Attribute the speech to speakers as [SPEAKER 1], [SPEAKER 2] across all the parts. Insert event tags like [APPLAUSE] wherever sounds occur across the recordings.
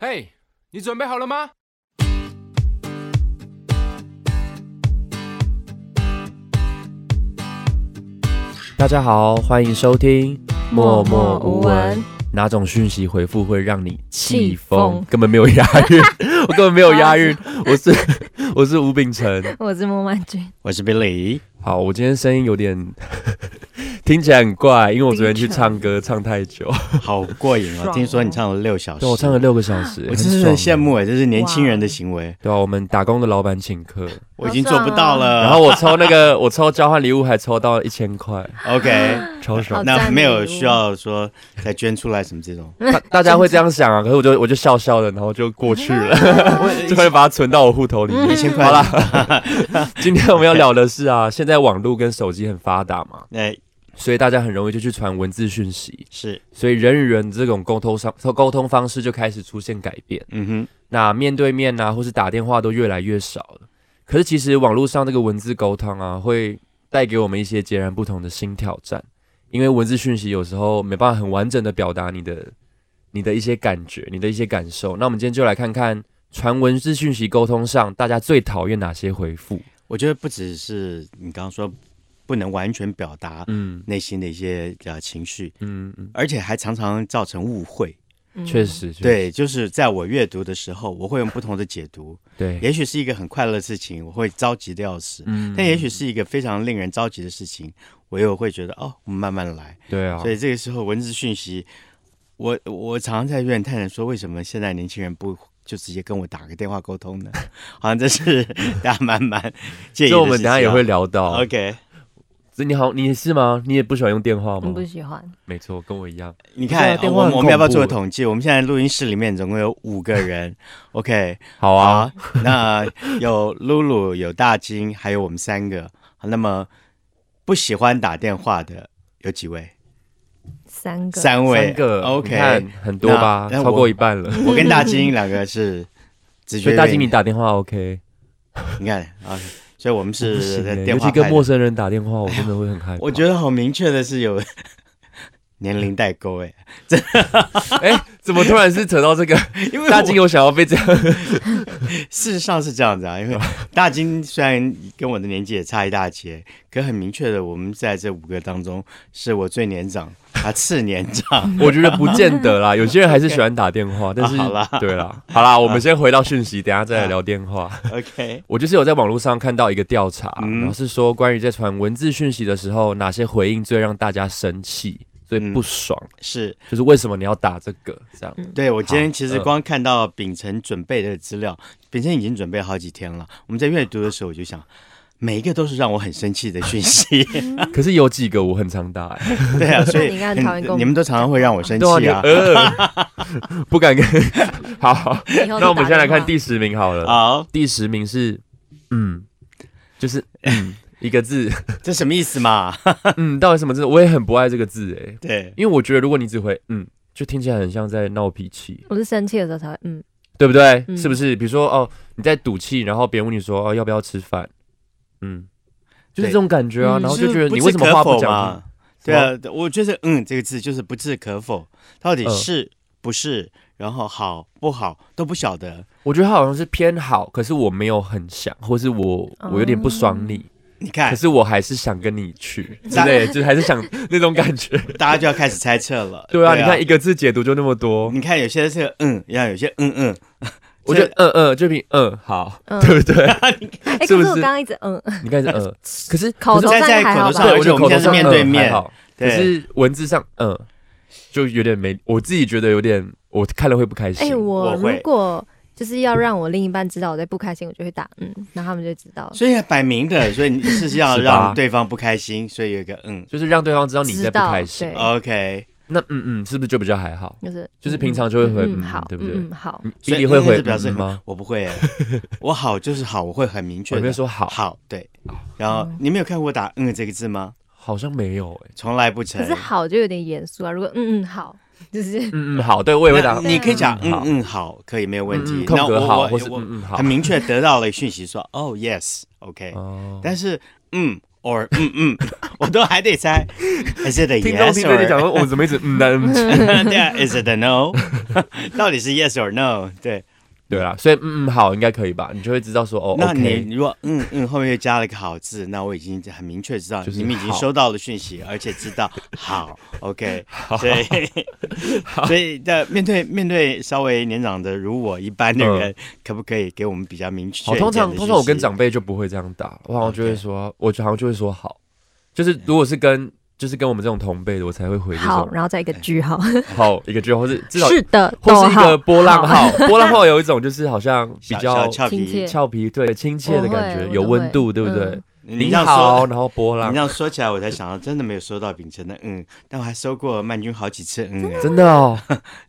[SPEAKER 1] 嘿、你准备好了吗？
[SPEAKER 2] 大家好，欢迎收听《默默无
[SPEAKER 3] 默默无
[SPEAKER 2] 闻
[SPEAKER 3] 闻》。
[SPEAKER 2] 哪种讯息回复会让你气
[SPEAKER 3] 气
[SPEAKER 2] 疯
[SPEAKER 3] 疯？
[SPEAKER 2] 根本没有押 [LAUGHS] 韵，我根本没有押韵。我是我是吴秉承。
[SPEAKER 3] 我是莫曼
[SPEAKER 4] [LAUGHS]
[SPEAKER 3] 君，
[SPEAKER 4] 我
[SPEAKER 2] [LAUGHS]
[SPEAKER 4] 是 Billy，
[SPEAKER 2] 好，我今天声音有点 [LAUGHS] 听起来很怪，因为我昨天去
[SPEAKER 3] 低沉
[SPEAKER 2] 唱歌唱太久，
[SPEAKER 4] 好过瘾
[SPEAKER 3] 爽
[SPEAKER 4] 哦！
[SPEAKER 3] 哦
[SPEAKER 4] 听说你唱了六小时，
[SPEAKER 2] 对我唱了，六个小时，
[SPEAKER 4] 我真是
[SPEAKER 2] 很
[SPEAKER 4] 很
[SPEAKER 2] 爽
[SPEAKER 4] 羡慕哎，这是年轻人的行为，
[SPEAKER 2] 对啊，我们打工的老板请客，
[SPEAKER 4] 我已经做不到了。
[SPEAKER 2] 然后我抽那个， [LAUGHS] 我抽交换礼物还抽到一千块， [LAUGHS]
[SPEAKER 4] OK，
[SPEAKER 2] 超爽。
[SPEAKER 3] 好
[SPEAKER 4] 那
[SPEAKER 3] 赞美
[SPEAKER 4] 没有
[SPEAKER 3] 哦
[SPEAKER 4] 需要说再捐出来什么这
[SPEAKER 2] [LAUGHS]
[SPEAKER 4] 种，
[SPEAKER 2] 大大家会这样想啊，可是我就我就笑笑的，然后就过去了， [LAUGHS] 就会把它存到我户头里面。
[SPEAKER 4] 一千块
[SPEAKER 2] 好啦，
[SPEAKER 4] [LAUGHS]
[SPEAKER 2] 今天我们要聊的是啊，现在网络跟手机很发达嘛，
[SPEAKER 4] 哎
[SPEAKER 2] 所以大家很容易就去传文字讯息，
[SPEAKER 4] 是，
[SPEAKER 2] 所以人与人这种沟通上沟通方式就开始出现改变。
[SPEAKER 4] 嗯
[SPEAKER 2] 那面对面啊，或是打电话都越来越少了。可是其实网络上这个文字沟通啊，会带给我们一些截然不同的新挑战，因为文字讯息有时候没办法很完整的表达你的你的一些感觉、你的一些感受。那我们今天就来看看传文字讯息沟通上，大家最讨厌哪些回复？
[SPEAKER 4] 哼，我觉得不只是你刚刚说不能完全表达
[SPEAKER 2] 嗯
[SPEAKER 4] 内心的一些呃情绪，
[SPEAKER 2] 嗯嗯，
[SPEAKER 4] 而且还常常造成误会。 [LAUGHS]
[SPEAKER 3] 嗯
[SPEAKER 2] 确，实，确实
[SPEAKER 4] 对，就是在我阅读的时候，我会用不同的解读，
[SPEAKER 2] 对，
[SPEAKER 4] 也许是一个很快乐的事情，我会着急的要死，
[SPEAKER 2] 嗯
[SPEAKER 4] 但也许是一个非常令人着急的事情，我又会觉得哦，我们慢慢来。
[SPEAKER 2] 对啊
[SPEAKER 4] 所，以这个时候文字讯息，我我常常在怨叹人说，为什么现在年轻人不就直接跟我打个电话沟通呢？ [LAUGHS] 好像
[SPEAKER 2] [LAUGHS]
[SPEAKER 4] 这是大家蛮蛮介意的事情啊。
[SPEAKER 2] 这我们等一下也会聊到。
[SPEAKER 4] OK。
[SPEAKER 2] 这你好，你是吗？你也不喜欢用电话
[SPEAKER 3] 嗯
[SPEAKER 2] 吗
[SPEAKER 3] 不？喜欢，
[SPEAKER 2] 没错，跟我一样。
[SPEAKER 4] 你看，
[SPEAKER 2] 对啊电
[SPEAKER 4] 哦
[SPEAKER 2] 话
[SPEAKER 4] 我
[SPEAKER 2] 很
[SPEAKER 4] 们我们要不
[SPEAKER 2] 恐
[SPEAKER 4] 要
[SPEAKER 2] 怖
[SPEAKER 4] 做个
[SPEAKER 2] 欸
[SPEAKER 4] 统计？我们现在录音室里面总共有五个人，OK，
[SPEAKER 2] [LAUGHS] 好
[SPEAKER 4] 好、
[SPEAKER 2] 啊，
[SPEAKER 4] 那有露露，有大金，还有我们三个。好那么不喜欢打电话的有几位？
[SPEAKER 3] 三个，
[SPEAKER 4] 三位。
[SPEAKER 2] 三个你
[SPEAKER 4] OK，
[SPEAKER 2] 看很多吧，
[SPEAKER 4] 那那
[SPEAKER 2] 超
[SPEAKER 4] 我
[SPEAKER 2] 过一半了。
[SPEAKER 4] 我跟大金两
[SPEAKER 2] [LAUGHS]
[SPEAKER 4] 个是直
[SPEAKER 2] 所
[SPEAKER 4] 觉。
[SPEAKER 2] 以大经理，打电话 OK，
[SPEAKER 4] 你看啊，所以我们
[SPEAKER 2] 我 [LAUGHS] 不行
[SPEAKER 4] 是
[SPEAKER 2] 欸
[SPEAKER 4] 电
[SPEAKER 2] 尤其
[SPEAKER 4] 话派
[SPEAKER 2] 跟
[SPEAKER 4] 的
[SPEAKER 2] 陌生人打电话，我真的会很害怕。
[SPEAKER 4] 我觉得好明确的是有 [LAUGHS] 年龄代沟
[SPEAKER 2] [LAUGHS]
[SPEAKER 4] 哎，
[SPEAKER 2] 哎，怎么突然是扯到这个？
[SPEAKER 4] [LAUGHS] 因为
[SPEAKER 2] 大经理
[SPEAKER 4] 我
[SPEAKER 2] 有想要被
[SPEAKER 4] [LAUGHS]
[SPEAKER 2] 这样？
[SPEAKER 4] 事实上是这样子啊，因为 [LAUGHS] 大金虽然跟我的年纪也差一大截，可很明确的，我们在这五个当中是我最年长，他次年长。
[SPEAKER 2] 我觉得不见得啦，有些人还是喜欢打电话，但是
[SPEAKER 4] 啊好啦啊
[SPEAKER 2] 对啦，好啦，我们先回到讯息，等一下再来聊电话。
[SPEAKER 4] OK，
[SPEAKER 2] 我就是有在网络上看到一个调查，
[SPEAKER 4] 啊嗯
[SPEAKER 2] 然后是说关于在传文字讯息的时候，哪些回应最让大家生气、最
[SPEAKER 4] 嗯
[SPEAKER 2] 不爽，
[SPEAKER 4] 是
[SPEAKER 2] 就是为什么你要打这个这样？
[SPEAKER 4] 对我今天
[SPEAKER 2] 好
[SPEAKER 4] 其实
[SPEAKER 2] 嗯
[SPEAKER 4] 光看到秉承准备的资料，秉承已经准备好几天了。我们在阅读的时候，我就想。每一个都是让我很生气的
[SPEAKER 2] [LAUGHS]
[SPEAKER 4] 讯息，
[SPEAKER 2] 可是有几个我很常打、欸，
[SPEAKER 4] 对啊，所
[SPEAKER 3] 那你
[SPEAKER 4] 以
[SPEAKER 3] 应该很讨厌跟我们
[SPEAKER 4] 你们都常常会让我生气
[SPEAKER 2] 对
[SPEAKER 4] 啊
[SPEAKER 2] 啊，你。呃，
[SPEAKER 4] [LAUGHS]
[SPEAKER 2] 不敢跟。好好，
[SPEAKER 3] 以后就打电话
[SPEAKER 2] 那我们先来看，第十名好了。
[SPEAKER 4] 好，
[SPEAKER 2] 第十名是，嗯，就是嗯一个
[SPEAKER 4] [LAUGHS]
[SPEAKER 2] 字，
[SPEAKER 4] 这什么意思嘛？
[SPEAKER 2] [LAUGHS] 嗯，到底什么字？我也很不爱这个字哎、欸
[SPEAKER 4] 对，
[SPEAKER 2] 因为我觉得如果你只回嗯，就听起来很像在闹脾气，
[SPEAKER 3] 我是生气的时候才会，
[SPEAKER 2] [LAUGHS]
[SPEAKER 3] 嗯，
[SPEAKER 2] 对不对？
[SPEAKER 3] 嗯
[SPEAKER 2] 是不是？比如说哦，你在赌气，然后别人问你说哦要不要吃饭，嗯，就是这
[SPEAKER 4] 对
[SPEAKER 2] 种感觉啊，
[SPEAKER 3] 嗯
[SPEAKER 2] 然后
[SPEAKER 4] 是
[SPEAKER 2] 就觉得
[SPEAKER 4] 不
[SPEAKER 2] 你
[SPEAKER 4] 置
[SPEAKER 2] 为什么
[SPEAKER 4] 可
[SPEAKER 2] 话不
[SPEAKER 4] 否
[SPEAKER 2] 讲嗯
[SPEAKER 4] 嘛
[SPEAKER 2] 听？？
[SPEAKER 4] 对啊，我觉得“嗯”这个字就是不置可否，到底
[SPEAKER 2] 嗯
[SPEAKER 4] 是不是，然后好不好都不晓得。
[SPEAKER 2] 我觉得他好像是偏好，可是我没有很想，或是我我有点不爽你，
[SPEAKER 4] 你
[SPEAKER 2] 可
[SPEAKER 4] 看，
[SPEAKER 2] 是我还是想跟你
[SPEAKER 3] [LAUGHS]
[SPEAKER 2] 去之
[SPEAKER 4] 大
[SPEAKER 2] 类，就是还是想 [LAUGHS] 那种感觉。
[SPEAKER 4] 大家就要开始猜测了。
[SPEAKER 2] 对啊，你看一个字解读就那么
[SPEAKER 3] 嗯
[SPEAKER 2] 多，
[SPEAKER 4] 你看有些是“嗯”，然后有些“嗯嗯
[SPEAKER 2] 我觉得嗯嗯就比嗯好，
[SPEAKER 3] 嗯
[SPEAKER 2] 对不对？
[SPEAKER 3] [LAUGHS] 哎，可
[SPEAKER 2] 是
[SPEAKER 3] 是
[SPEAKER 2] 不是
[SPEAKER 3] 我刚刚一直嗯，嗯
[SPEAKER 2] 你看是
[SPEAKER 3] [LAUGHS]
[SPEAKER 2] 嗯，可是
[SPEAKER 3] 口头
[SPEAKER 4] 在
[SPEAKER 3] 上
[SPEAKER 4] 在
[SPEAKER 3] 还好
[SPEAKER 4] 口
[SPEAKER 3] 吧
[SPEAKER 4] 头上
[SPEAKER 2] 对，我
[SPEAKER 4] 而且
[SPEAKER 2] 觉得
[SPEAKER 4] 我们
[SPEAKER 2] 口头
[SPEAKER 4] 现在是
[SPEAKER 2] 上嗯
[SPEAKER 4] 面对
[SPEAKER 2] 还
[SPEAKER 4] 面
[SPEAKER 2] 好”，可
[SPEAKER 4] 对，
[SPEAKER 2] 是文字上嗯就有点没，我自己觉得有点，我看了会不开心。
[SPEAKER 3] 哎，我
[SPEAKER 4] 我会
[SPEAKER 3] 如果就是要让我另一半知道我在不开心，我就会打嗯，然后他们就知道了，
[SPEAKER 4] 所以摆明的，所以你是要
[SPEAKER 2] 是吧
[SPEAKER 4] 让对方不开心，所以有一个“嗯
[SPEAKER 2] 就是让对方知道你在
[SPEAKER 3] 知
[SPEAKER 2] 不
[SPEAKER 3] 道
[SPEAKER 2] 开心
[SPEAKER 3] 对，”。
[SPEAKER 4] 哦 OK，
[SPEAKER 2] 那嗯嗯是不是就比较还好？
[SPEAKER 3] 就是
[SPEAKER 2] 就是平常就会回
[SPEAKER 3] 嗯
[SPEAKER 2] 嗯
[SPEAKER 3] 好，
[SPEAKER 2] 对不对
[SPEAKER 3] 嗯嗯好，
[SPEAKER 2] 你
[SPEAKER 4] 所以
[SPEAKER 2] 你会
[SPEAKER 4] 嗯嗯
[SPEAKER 2] 回
[SPEAKER 4] 是表示
[SPEAKER 2] 嗯吗？
[SPEAKER 4] 我不
[SPEAKER 2] [LAUGHS]
[SPEAKER 4] 会欸，我好就是好，我会很明
[SPEAKER 2] 我
[SPEAKER 4] 确
[SPEAKER 2] 没有
[SPEAKER 4] 的
[SPEAKER 2] 说好，哦
[SPEAKER 4] 好，对。然后你没有看过打“嗯”这个字吗？
[SPEAKER 2] 好像没有哎。
[SPEAKER 4] 从来不
[SPEAKER 3] 可
[SPEAKER 4] 曾
[SPEAKER 3] 是。好就有点严肃啊，如果嗯嗯好，就是
[SPEAKER 2] 嗯嗯好，对我也会打。
[SPEAKER 4] 那你可以讲
[SPEAKER 2] 嗯
[SPEAKER 4] 嗯
[SPEAKER 2] 好
[SPEAKER 4] 嗯好，可以没有问题
[SPEAKER 2] 嗯嗯。
[SPEAKER 4] 那
[SPEAKER 2] 空格
[SPEAKER 4] 我
[SPEAKER 2] 好，
[SPEAKER 4] 我
[SPEAKER 2] 或是
[SPEAKER 4] 我
[SPEAKER 2] 嗯嗯好
[SPEAKER 4] 很。明确得到了讯息说哦 yes OK，
[SPEAKER 2] 哦
[SPEAKER 4] 但是嗯 or 嗯嗯，
[SPEAKER 2] [LAUGHS]
[SPEAKER 4] 我都还得猜。Is [LAUGHS] it a
[SPEAKER 2] 听众
[SPEAKER 4] yes
[SPEAKER 2] 听着你讲
[SPEAKER 4] or [LAUGHS]
[SPEAKER 2] 说，我怎么一直嗯嗯嗯，
[SPEAKER 4] 对啊？Is it a no？到底是 yes or no？对，
[SPEAKER 2] 对啦，所以嗯嗯好应该可以吧？你就会知道说哦
[SPEAKER 4] 那
[SPEAKER 2] ，OK，
[SPEAKER 4] 你如果嗯嗯后面又加了个好字，那我已经很明确知道
[SPEAKER 2] 就是
[SPEAKER 4] 你们已经
[SPEAKER 2] 好
[SPEAKER 4] 收到了讯息，而且知道
[SPEAKER 2] [LAUGHS]
[SPEAKER 4] 好 OK。所以 [LAUGHS] 所以在面对面对稍微年长的如我一般的人，可不可以给我们比较明确一
[SPEAKER 2] 嗯好，
[SPEAKER 4] 点的讯息？
[SPEAKER 2] 通常通常我跟长辈就不会这样打，我好像就会说，我就好像就会说好，就是如果是跟就是跟我们这种同辈的，我才会回这
[SPEAKER 3] 好，
[SPEAKER 2] 种
[SPEAKER 3] 然后再一个句号，
[SPEAKER 2] 好一个句号，或是至少
[SPEAKER 3] 是的，
[SPEAKER 2] 或
[SPEAKER 3] 逗
[SPEAKER 2] 是一
[SPEAKER 3] 号
[SPEAKER 2] 个波浪号，
[SPEAKER 3] [LAUGHS]
[SPEAKER 2] 波浪号有一种就是好像比
[SPEAKER 4] 小
[SPEAKER 2] 较
[SPEAKER 4] 小俏
[SPEAKER 3] 亲
[SPEAKER 4] 皮
[SPEAKER 3] 切，
[SPEAKER 2] 俏皮，对亲切的感
[SPEAKER 3] 我会
[SPEAKER 2] 觉，
[SPEAKER 3] 我
[SPEAKER 2] 有
[SPEAKER 3] 都
[SPEAKER 2] 温
[SPEAKER 3] 会
[SPEAKER 2] 度，对不对
[SPEAKER 3] 嗯？
[SPEAKER 4] 你
[SPEAKER 2] 您
[SPEAKER 4] 这样
[SPEAKER 2] 好，
[SPEAKER 4] 说。
[SPEAKER 2] 然后波
[SPEAKER 4] 你
[SPEAKER 2] 浪
[SPEAKER 4] 这，样说起来，我才想到，真的没有收到秉承的嗯，但我还收过曼君好几次嗯。哎
[SPEAKER 2] 真的哦，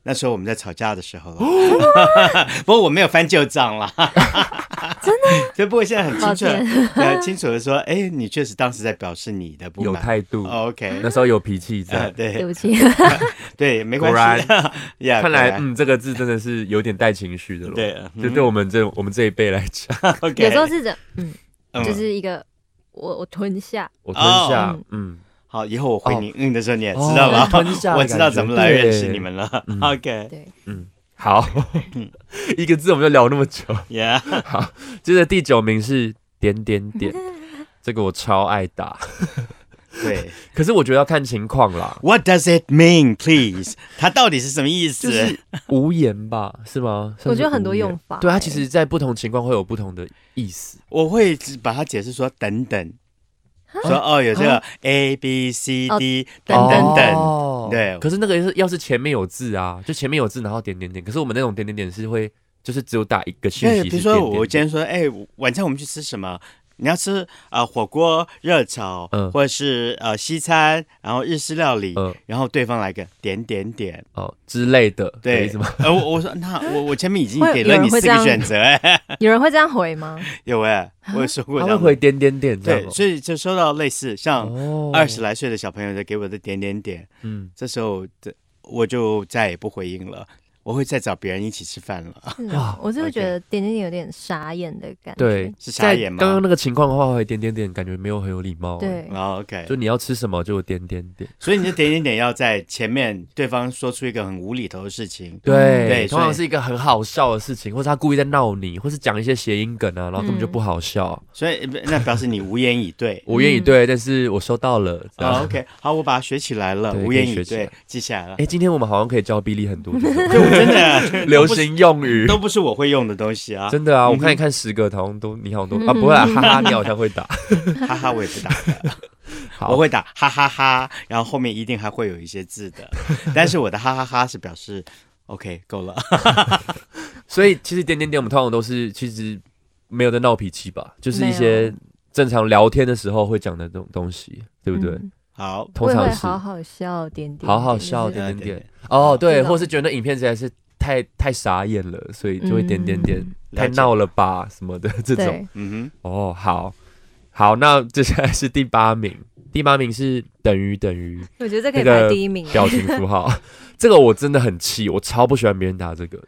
[SPEAKER 4] 那时候我们在吵架的
[SPEAKER 3] [LAUGHS]
[SPEAKER 4] 时候了，不过我没有翻旧账啦，真的。所以不过现在很清楚
[SPEAKER 3] 抱
[SPEAKER 4] 地，呃，清楚的说，哎，你确实当时在表示你的不
[SPEAKER 2] 有
[SPEAKER 4] 满。
[SPEAKER 2] 态度，
[SPEAKER 4] 哦
[SPEAKER 2] [LAUGHS]
[SPEAKER 4] OK，
[SPEAKER 2] 那时候有脾气
[SPEAKER 4] 呃 [LAUGHS]
[SPEAKER 2] 在。
[SPEAKER 3] 对
[SPEAKER 4] 对
[SPEAKER 3] 不起，
[SPEAKER 4] 对，没
[SPEAKER 2] 果
[SPEAKER 4] 关系。 [LAUGHS] 呀，
[SPEAKER 2] 看
[SPEAKER 4] 果
[SPEAKER 2] 来，
[SPEAKER 4] 然
[SPEAKER 2] 嗯，这个字真的是有点带情绪的了。，
[SPEAKER 4] 哎对，哦嗯
[SPEAKER 2] 就对我们这我们这一辈来讲，
[SPEAKER 4] [LAUGHS] OK，
[SPEAKER 3] 有时候是这样，嗯，
[SPEAKER 4] 嗯
[SPEAKER 3] 就是一个我我吞下，
[SPEAKER 2] 我吞下，嗯，
[SPEAKER 4] 好，以后我回
[SPEAKER 2] 哦
[SPEAKER 4] 你嗯的时候，你也知道
[SPEAKER 2] 哦
[SPEAKER 4] 吧？
[SPEAKER 2] 吞下的感觉，
[SPEAKER 4] 我知道怎么来认识你们了。 [LAUGHS]
[SPEAKER 2] 嗯
[SPEAKER 4] OK，
[SPEAKER 3] 对，
[SPEAKER 2] 对。好， [LAUGHS] 一个字我们就聊那么久。
[SPEAKER 4] yeah，
[SPEAKER 2] 接着第九名是点点
[SPEAKER 3] [LAUGHS]
[SPEAKER 2] 点，这个我超爱打，
[SPEAKER 4] 对。
[SPEAKER 2] 可是我觉得要看情况啦，
[SPEAKER 4] What does it mean, please？它到底是什么意
[SPEAKER 2] 就
[SPEAKER 4] 思
[SPEAKER 2] 是？无言吧，是吗？
[SPEAKER 3] 我
[SPEAKER 2] 算
[SPEAKER 3] 觉得
[SPEAKER 2] 是
[SPEAKER 3] 很多
[SPEAKER 2] 无言
[SPEAKER 3] 用法
[SPEAKER 2] 对它
[SPEAKER 3] 欸
[SPEAKER 2] 其实在不同情况会有不同的意思。
[SPEAKER 4] 我会只把它解释说等等，说哦有这个 A B C
[SPEAKER 3] 啊哦
[SPEAKER 4] D 等等等，
[SPEAKER 2] 哦
[SPEAKER 4] 对
[SPEAKER 2] 可是那个是要是前面有字啊，就前面有字，然后点点点。可是我们那种点点点是会，就是只有打一个讯
[SPEAKER 4] 对，
[SPEAKER 2] 息。
[SPEAKER 4] 比如说我今天说，哎，晚餐我们去吃什么？你要吃啊、呃火锅、热炒，
[SPEAKER 2] 嗯
[SPEAKER 4] 或者是呃西餐，然后日式料理，
[SPEAKER 2] 嗯
[SPEAKER 4] 然后对方来个点点点，
[SPEAKER 2] 哦之类的，
[SPEAKER 4] 对，
[SPEAKER 2] 有意思吗？
[SPEAKER 4] 呃，我我说那我我前面已经
[SPEAKER 3] 会
[SPEAKER 4] 给
[SPEAKER 3] 有
[SPEAKER 4] 了
[SPEAKER 3] 人
[SPEAKER 4] 你
[SPEAKER 3] 会
[SPEAKER 4] 四
[SPEAKER 3] 这
[SPEAKER 4] 个
[SPEAKER 3] 样啊
[SPEAKER 4] 选择，哎， [LAUGHS]
[SPEAKER 3] 欸有人会这样回
[SPEAKER 2] [LAUGHS]
[SPEAKER 3] 吗？
[SPEAKER 4] 有哎，我有说过
[SPEAKER 2] 他
[SPEAKER 4] 这
[SPEAKER 2] 会
[SPEAKER 4] 样
[SPEAKER 2] 回
[SPEAKER 4] 的，
[SPEAKER 2] 点点点这样
[SPEAKER 4] 对，
[SPEAKER 2] 哦。
[SPEAKER 4] 所以就收到类似像
[SPEAKER 2] 哦
[SPEAKER 4] 二十来岁的小朋友在给我的点点点，
[SPEAKER 2] 嗯，
[SPEAKER 4] 这时候这我就再也不回应了，我会再找别人一起吃饭了。
[SPEAKER 3] 是
[SPEAKER 2] 哇
[SPEAKER 3] 吗？我真的
[SPEAKER 4] OK
[SPEAKER 3] 觉得点点点有点傻眼的感觉，
[SPEAKER 2] 对，
[SPEAKER 4] 是傻
[SPEAKER 2] 在
[SPEAKER 4] 眼吗
[SPEAKER 2] 刚刚那个情况的话，会点点点，感觉没有很有礼貌。，哎
[SPEAKER 3] 对，
[SPEAKER 4] 然后哦 OK，
[SPEAKER 2] 就你要吃什么就点点点。
[SPEAKER 4] 所以你就点点点要在前面对方说出一个很无厘头的事情，嗯对
[SPEAKER 2] 对，
[SPEAKER 4] 所
[SPEAKER 2] 通
[SPEAKER 4] 以
[SPEAKER 2] 常是一个很好笑的事情，或是他故意在闹你，或是讲一些谐音梗啊，然后根本就
[SPEAKER 3] 嗯
[SPEAKER 2] 不好笑。。
[SPEAKER 4] 所以呃那表示你无言以对
[SPEAKER 2] [LAUGHS] 我
[SPEAKER 3] 嗯
[SPEAKER 2] 愿意对，但是我收到了。这样
[SPEAKER 4] 啊、o k 好，我把它学起来了，
[SPEAKER 2] 对
[SPEAKER 4] 无言
[SPEAKER 2] 可
[SPEAKER 4] 以
[SPEAKER 2] 以学起
[SPEAKER 4] 对
[SPEAKER 2] 来，
[SPEAKER 4] 记起来了
[SPEAKER 2] 哎、。今天我们好像可以教 Billy 很多这种
[SPEAKER 4] 对，我真
[SPEAKER 2] [LAUGHS]
[SPEAKER 4] 的
[SPEAKER 2] 流行用语，
[SPEAKER 4] 都不是我会用的东西啊，
[SPEAKER 2] [LAUGHS] 真的啊！
[SPEAKER 4] 嗯哼
[SPEAKER 2] 我看一看十个，好像都你好像都啊，不会啊，哈哈，你好像 [LAUGHS] 会打。
[SPEAKER 4] 哈哈，我也不打的，
[SPEAKER 2] [LAUGHS] 好
[SPEAKER 4] 我会打哈哈哈然后后面一定还会有一些字
[SPEAKER 2] [LAUGHS]
[SPEAKER 4] 的，但是我的哈哈哈是表示 OK 够了，
[SPEAKER 2] 所以其实点点点，我们通常都是其实没有在闹脾气吧，就是一些正常聊天的时候会讲的东东西，对不对？
[SPEAKER 3] 嗯
[SPEAKER 4] 好，
[SPEAKER 2] 通
[SPEAKER 3] 我
[SPEAKER 2] 常
[SPEAKER 3] 也会
[SPEAKER 2] 是
[SPEAKER 3] 好好笑点点，
[SPEAKER 2] 好好笑
[SPEAKER 3] 就是
[SPEAKER 2] 点点
[SPEAKER 4] 对对
[SPEAKER 2] 点哦，
[SPEAKER 3] 这
[SPEAKER 2] 对，
[SPEAKER 3] 种
[SPEAKER 2] 或是觉得那影片实在是太太傻眼了，所以就会点点点
[SPEAKER 3] 嗯
[SPEAKER 2] 太闹了吧什么的这种。
[SPEAKER 3] 对，
[SPEAKER 4] 嗯
[SPEAKER 2] 哦，好好，那接下来是第八名，第八名是等于等于。
[SPEAKER 3] 我觉得这可以
[SPEAKER 2] 那个
[SPEAKER 3] 排第一名，
[SPEAKER 2] 表情符 [LAUGHS] 号，这个我真的很气，我超不喜欢别人打这个。
[SPEAKER 4] 哼，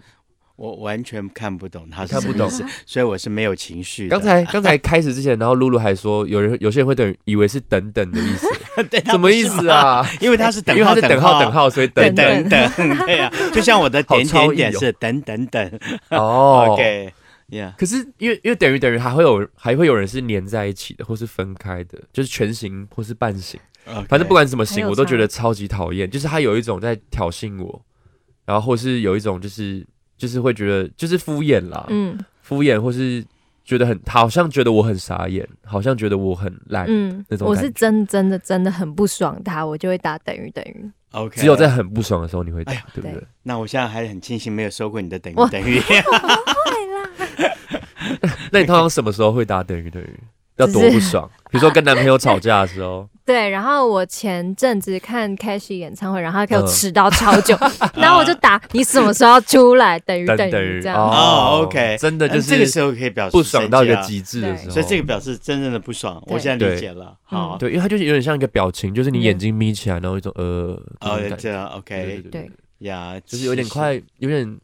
[SPEAKER 4] 我完全看不懂啊他是
[SPEAKER 2] 看
[SPEAKER 4] 什
[SPEAKER 2] 不
[SPEAKER 4] 么
[SPEAKER 2] 懂
[SPEAKER 4] 意思，所以我是没有情绪的。
[SPEAKER 2] 刚才刚才开始之前，然后露露还说，有人有些人会等于以为是等等的意思，
[SPEAKER 4] 对
[SPEAKER 2] 什么意思？啊？
[SPEAKER 4] [LAUGHS] 因为它是
[SPEAKER 2] 因
[SPEAKER 4] 等
[SPEAKER 2] 为
[SPEAKER 4] 号
[SPEAKER 2] 它是等号等
[SPEAKER 4] 号。
[SPEAKER 2] 号，所以
[SPEAKER 4] 对
[SPEAKER 2] 等等
[SPEAKER 4] 等等， [LAUGHS] 对呀、啊，就像我的点点点
[SPEAKER 2] 好超
[SPEAKER 4] 是等等等、
[SPEAKER 2] 哦
[SPEAKER 4] o。k yeah，
[SPEAKER 2] 可是因为因为等于等于还会有还会有人是粘在一起的，或是分开的，就是全形或是半形，反正不
[SPEAKER 4] 管
[SPEAKER 2] 管什么
[SPEAKER 3] 还
[SPEAKER 2] 形，
[SPEAKER 3] 有
[SPEAKER 2] 我都
[SPEAKER 3] 差
[SPEAKER 2] 觉得超级讨厌。就是他有一种在挑衅我，然后或是有一种就是就是会觉得就是敷衍啦，
[SPEAKER 3] 嗯
[SPEAKER 2] 敷衍，或是觉得很好像觉得我很傻眼，好像觉得我很烂，
[SPEAKER 3] 嗯
[SPEAKER 2] 那，种
[SPEAKER 3] 我
[SPEAKER 2] 感
[SPEAKER 3] 是
[SPEAKER 2] 觉
[SPEAKER 3] 真真的真的很不爽他，我就会打等于等于，
[SPEAKER 4] OK，
[SPEAKER 2] 只有在很不爽的时候你会打，
[SPEAKER 4] 哎呀
[SPEAKER 2] 对不对？
[SPEAKER 4] 那我现在还很庆幸没有收过你的等于
[SPEAKER 3] 哇
[SPEAKER 4] 等于，
[SPEAKER 2] [LAUGHS] 那你通常什么时候会打等于等于？要
[SPEAKER 3] 就
[SPEAKER 2] 多
[SPEAKER 3] 是
[SPEAKER 2] 不爽？比如说跟男朋友吵架的时候，
[SPEAKER 3] 对，然后我前阵子看 Cashy 演唱会，然后他给我
[SPEAKER 2] 嗯
[SPEAKER 3] 迟到超
[SPEAKER 2] [LAUGHS]
[SPEAKER 3] 久，然后我就打你什么时候要出来， [LAUGHS] 等于
[SPEAKER 2] 等
[SPEAKER 3] 等
[SPEAKER 2] 等
[SPEAKER 3] 于
[SPEAKER 2] 于
[SPEAKER 3] 这样，
[SPEAKER 4] 哦，OK
[SPEAKER 2] 真的就
[SPEAKER 4] [LAUGHS] 嗯这个时
[SPEAKER 2] 是
[SPEAKER 4] 候可以表示
[SPEAKER 2] 不爽到一个
[SPEAKER 4] 生气
[SPEAKER 2] 极致的时
[SPEAKER 4] 啊，
[SPEAKER 2] 候，
[SPEAKER 4] 所以这个表示真正的不爽，
[SPEAKER 3] 对
[SPEAKER 4] 我现在理解了。
[SPEAKER 3] 对
[SPEAKER 4] 好，
[SPEAKER 2] 对，嗯因为它就是有点像一个表情，就是你
[SPEAKER 3] 嗯
[SPEAKER 2] 眼睛眯起来，然后一种呃，
[SPEAKER 4] 哦
[SPEAKER 2] 那种感，觉
[SPEAKER 4] 这样
[SPEAKER 2] 对
[SPEAKER 4] OK
[SPEAKER 2] 对对
[SPEAKER 3] 对，
[SPEAKER 4] 呀，
[SPEAKER 2] 就是有点快，有点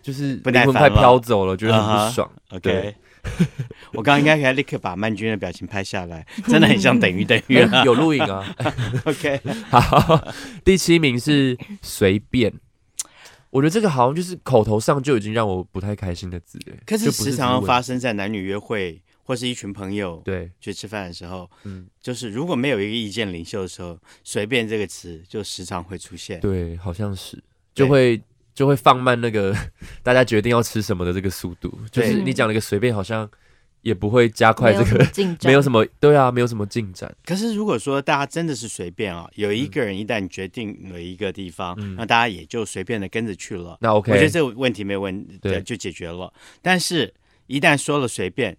[SPEAKER 2] 就是
[SPEAKER 4] 不
[SPEAKER 2] 灵
[SPEAKER 4] 耐
[SPEAKER 2] 魂
[SPEAKER 4] 烦
[SPEAKER 2] 快
[SPEAKER 4] 了啊
[SPEAKER 2] 飘走了，觉得很不爽。
[SPEAKER 4] OK
[SPEAKER 2] 对
[SPEAKER 4] [LAUGHS] 我刚刚应该可以立刻把曼君的表情拍下来，真的很像等于等于
[SPEAKER 2] [LAUGHS]
[SPEAKER 4] 啊。
[SPEAKER 2] 有录影啊。
[SPEAKER 4] OK，
[SPEAKER 2] [LAUGHS] 好，第七名是随便。我觉得这个好像就是口头上就已经让我不太开心的字了，
[SPEAKER 4] 可是
[SPEAKER 2] 就不
[SPEAKER 4] 时
[SPEAKER 2] 只
[SPEAKER 4] 常
[SPEAKER 2] 问
[SPEAKER 4] 发生在男女约会或是一群朋友
[SPEAKER 2] 对，
[SPEAKER 4] 去吃饭的时候，
[SPEAKER 2] 嗯，
[SPEAKER 4] 就是如果没有一个意见领袖的时候，随便这个词就时常会出现。
[SPEAKER 2] 对，好像是就会就会放慢那个大家决定要吃什么的这个速度，就是
[SPEAKER 4] 对
[SPEAKER 2] 你讲了一个随便，好像也不会加快这个，
[SPEAKER 3] 竞
[SPEAKER 2] [LAUGHS]
[SPEAKER 3] 争， [LAUGHS]
[SPEAKER 2] 没有什么对啊，没有什么进展，
[SPEAKER 4] 可是如果说大家真的是随便啊，有
[SPEAKER 2] 嗯
[SPEAKER 4] 一个人一旦决定了一个地方，那大家也就随便的跟着去了。
[SPEAKER 2] 那 OK，
[SPEAKER 4] 我觉得这个问题没有问
[SPEAKER 2] 对
[SPEAKER 4] 对就解决了。但是，一旦说了随便，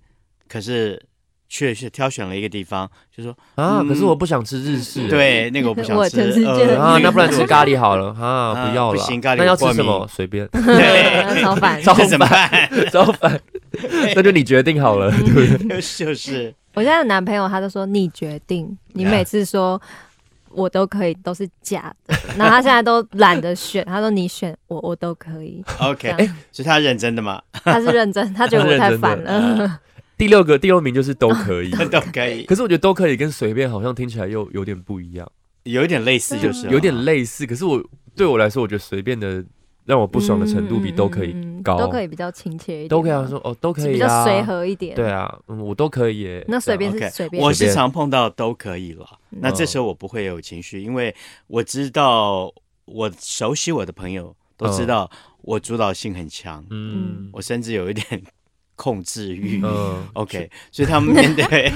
[SPEAKER 4] 可是却是挑选了一个地方，就说
[SPEAKER 2] 啊，
[SPEAKER 4] 嗯
[SPEAKER 2] 可是我不想吃日式，
[SPEAKER 4] 对那个我不
[SPEAKER 3] [LAUGHS]
[SPEAKER 4] 想
[SPEAKER 3] 我
[SPEAKER 4] 吃，
[SPEAKER 3] 真是觉得
[SPEAKER 4] 呃 [LAUGHS]
[SPEAKER 2] 啊，
[SPEAKER 4] 个
[SPEAKER 2] 那不然
[SPEAKER 4] 个
[SPEAKER 2] 吃咖喱好了啊，
[SPEAKER 4] [LAUGHS] 啊
[SPEAKER 2] 不要
[SPEAKER 4] 不
[SPEAKER 2] 了
[SPEAKER 4] 行咖，喱
[SPEAKER 2] 那要
[SPEAKER 4] 我
[SPEAKER 2] 吃
[SPEAKER 4] 过
[SPEAKER 2] 什么
[SPEAKER 4] [LAUGHS] 敏
[SPEAKER 2] 随便， [LAUGHS]
[SPEAKER 4] 对
[SPEAKER 3] 超烦。
[SPEAKER 4] [LAUGHS]
[SPEAKER 2] 超
[SPEAKER 4] 这怎么办？
[SPEAKER 2] 招反， [LAUGHS] 那就你决定好
[SPEAKER 4] [LAUGHS]
[SPEAKER 2] 了，对不对？
[SPEAKER 4] 就是
[SPEAKER 3] [LAUGHS] 我现在的男朋友他都说你决定，你
[SPEAKER 4] Yeah
[SPEAKER 3] 每次说我都可以，都是假的。然后他现在都懒得选，他说你选我，我都可以。这
[SPEAKER 4] OK，
[SPEAKER 3] 样
[SPEAKER 4] 是他认真的吗？
[SPEAKER 3] 他是认真，他觉得我太烦
[SPEAKER 2] 啊
[SPEAKER 3] [LAUGHS] 了。
[SPEAKER 2] 第六个第六名就是都可
[SPEAKER 4] [LAUGHS]
[SPEAKER 2] 以，
[SPEAKER 4] 都可以，
[SPEAKER 2] 可是我觉得都可以跟随便好像听起来又有点不一样，
[SPEAKER 4] 有一点类似，就是了
[SPEAKER 2] 有点类似。可是我对我来说，我觉得随便的让我不爽的程度比都可以
[SPEAKER 3] 嗯嗯嗯嗯
[SPEAKER 2] 高，
[SPEAKER 3] 都可以比较亲切
[SPEAKER 4] 嗯
[SPEAKER 3] 一点，
[SPEAKER 2] 都可以啊，说哦都可
[SPEAKER 3] 比
[SPEAKER 2] 以
[SPEAKER 3] 较
[SPEAKER 2] 啊，
[SPEAKER 3] 随和一点。
[SPEAKER 2] 对，啊，嗯我都可以耶。
[SPEAKER 3] 那随便
[SPEAKER 4] 这样
[SPEAKER 3] 是随
[SPEAKER 4] OK
[SPEAKER 3] 便，
[SPEAKER 4] 我是
[SPEAKER 2] 便
[SPEAKER 4] 常碰到都可以了，
[SPEAKER 3] 嗯
[SPEAKER 4] 那这时候我不会有情绪，因为我知道我熟悉我的朋友都知道我主导性很强，
[SPEAKER 2] 这样嗯
[SPEAKER 4] 我甚至有一点控制欲。
[SPEAKER 2] 嗯
[SPEAKER 4] OK，所以他们面
[SPEAKER 2] [LAUGHS]
[SPEAKER 4] 对，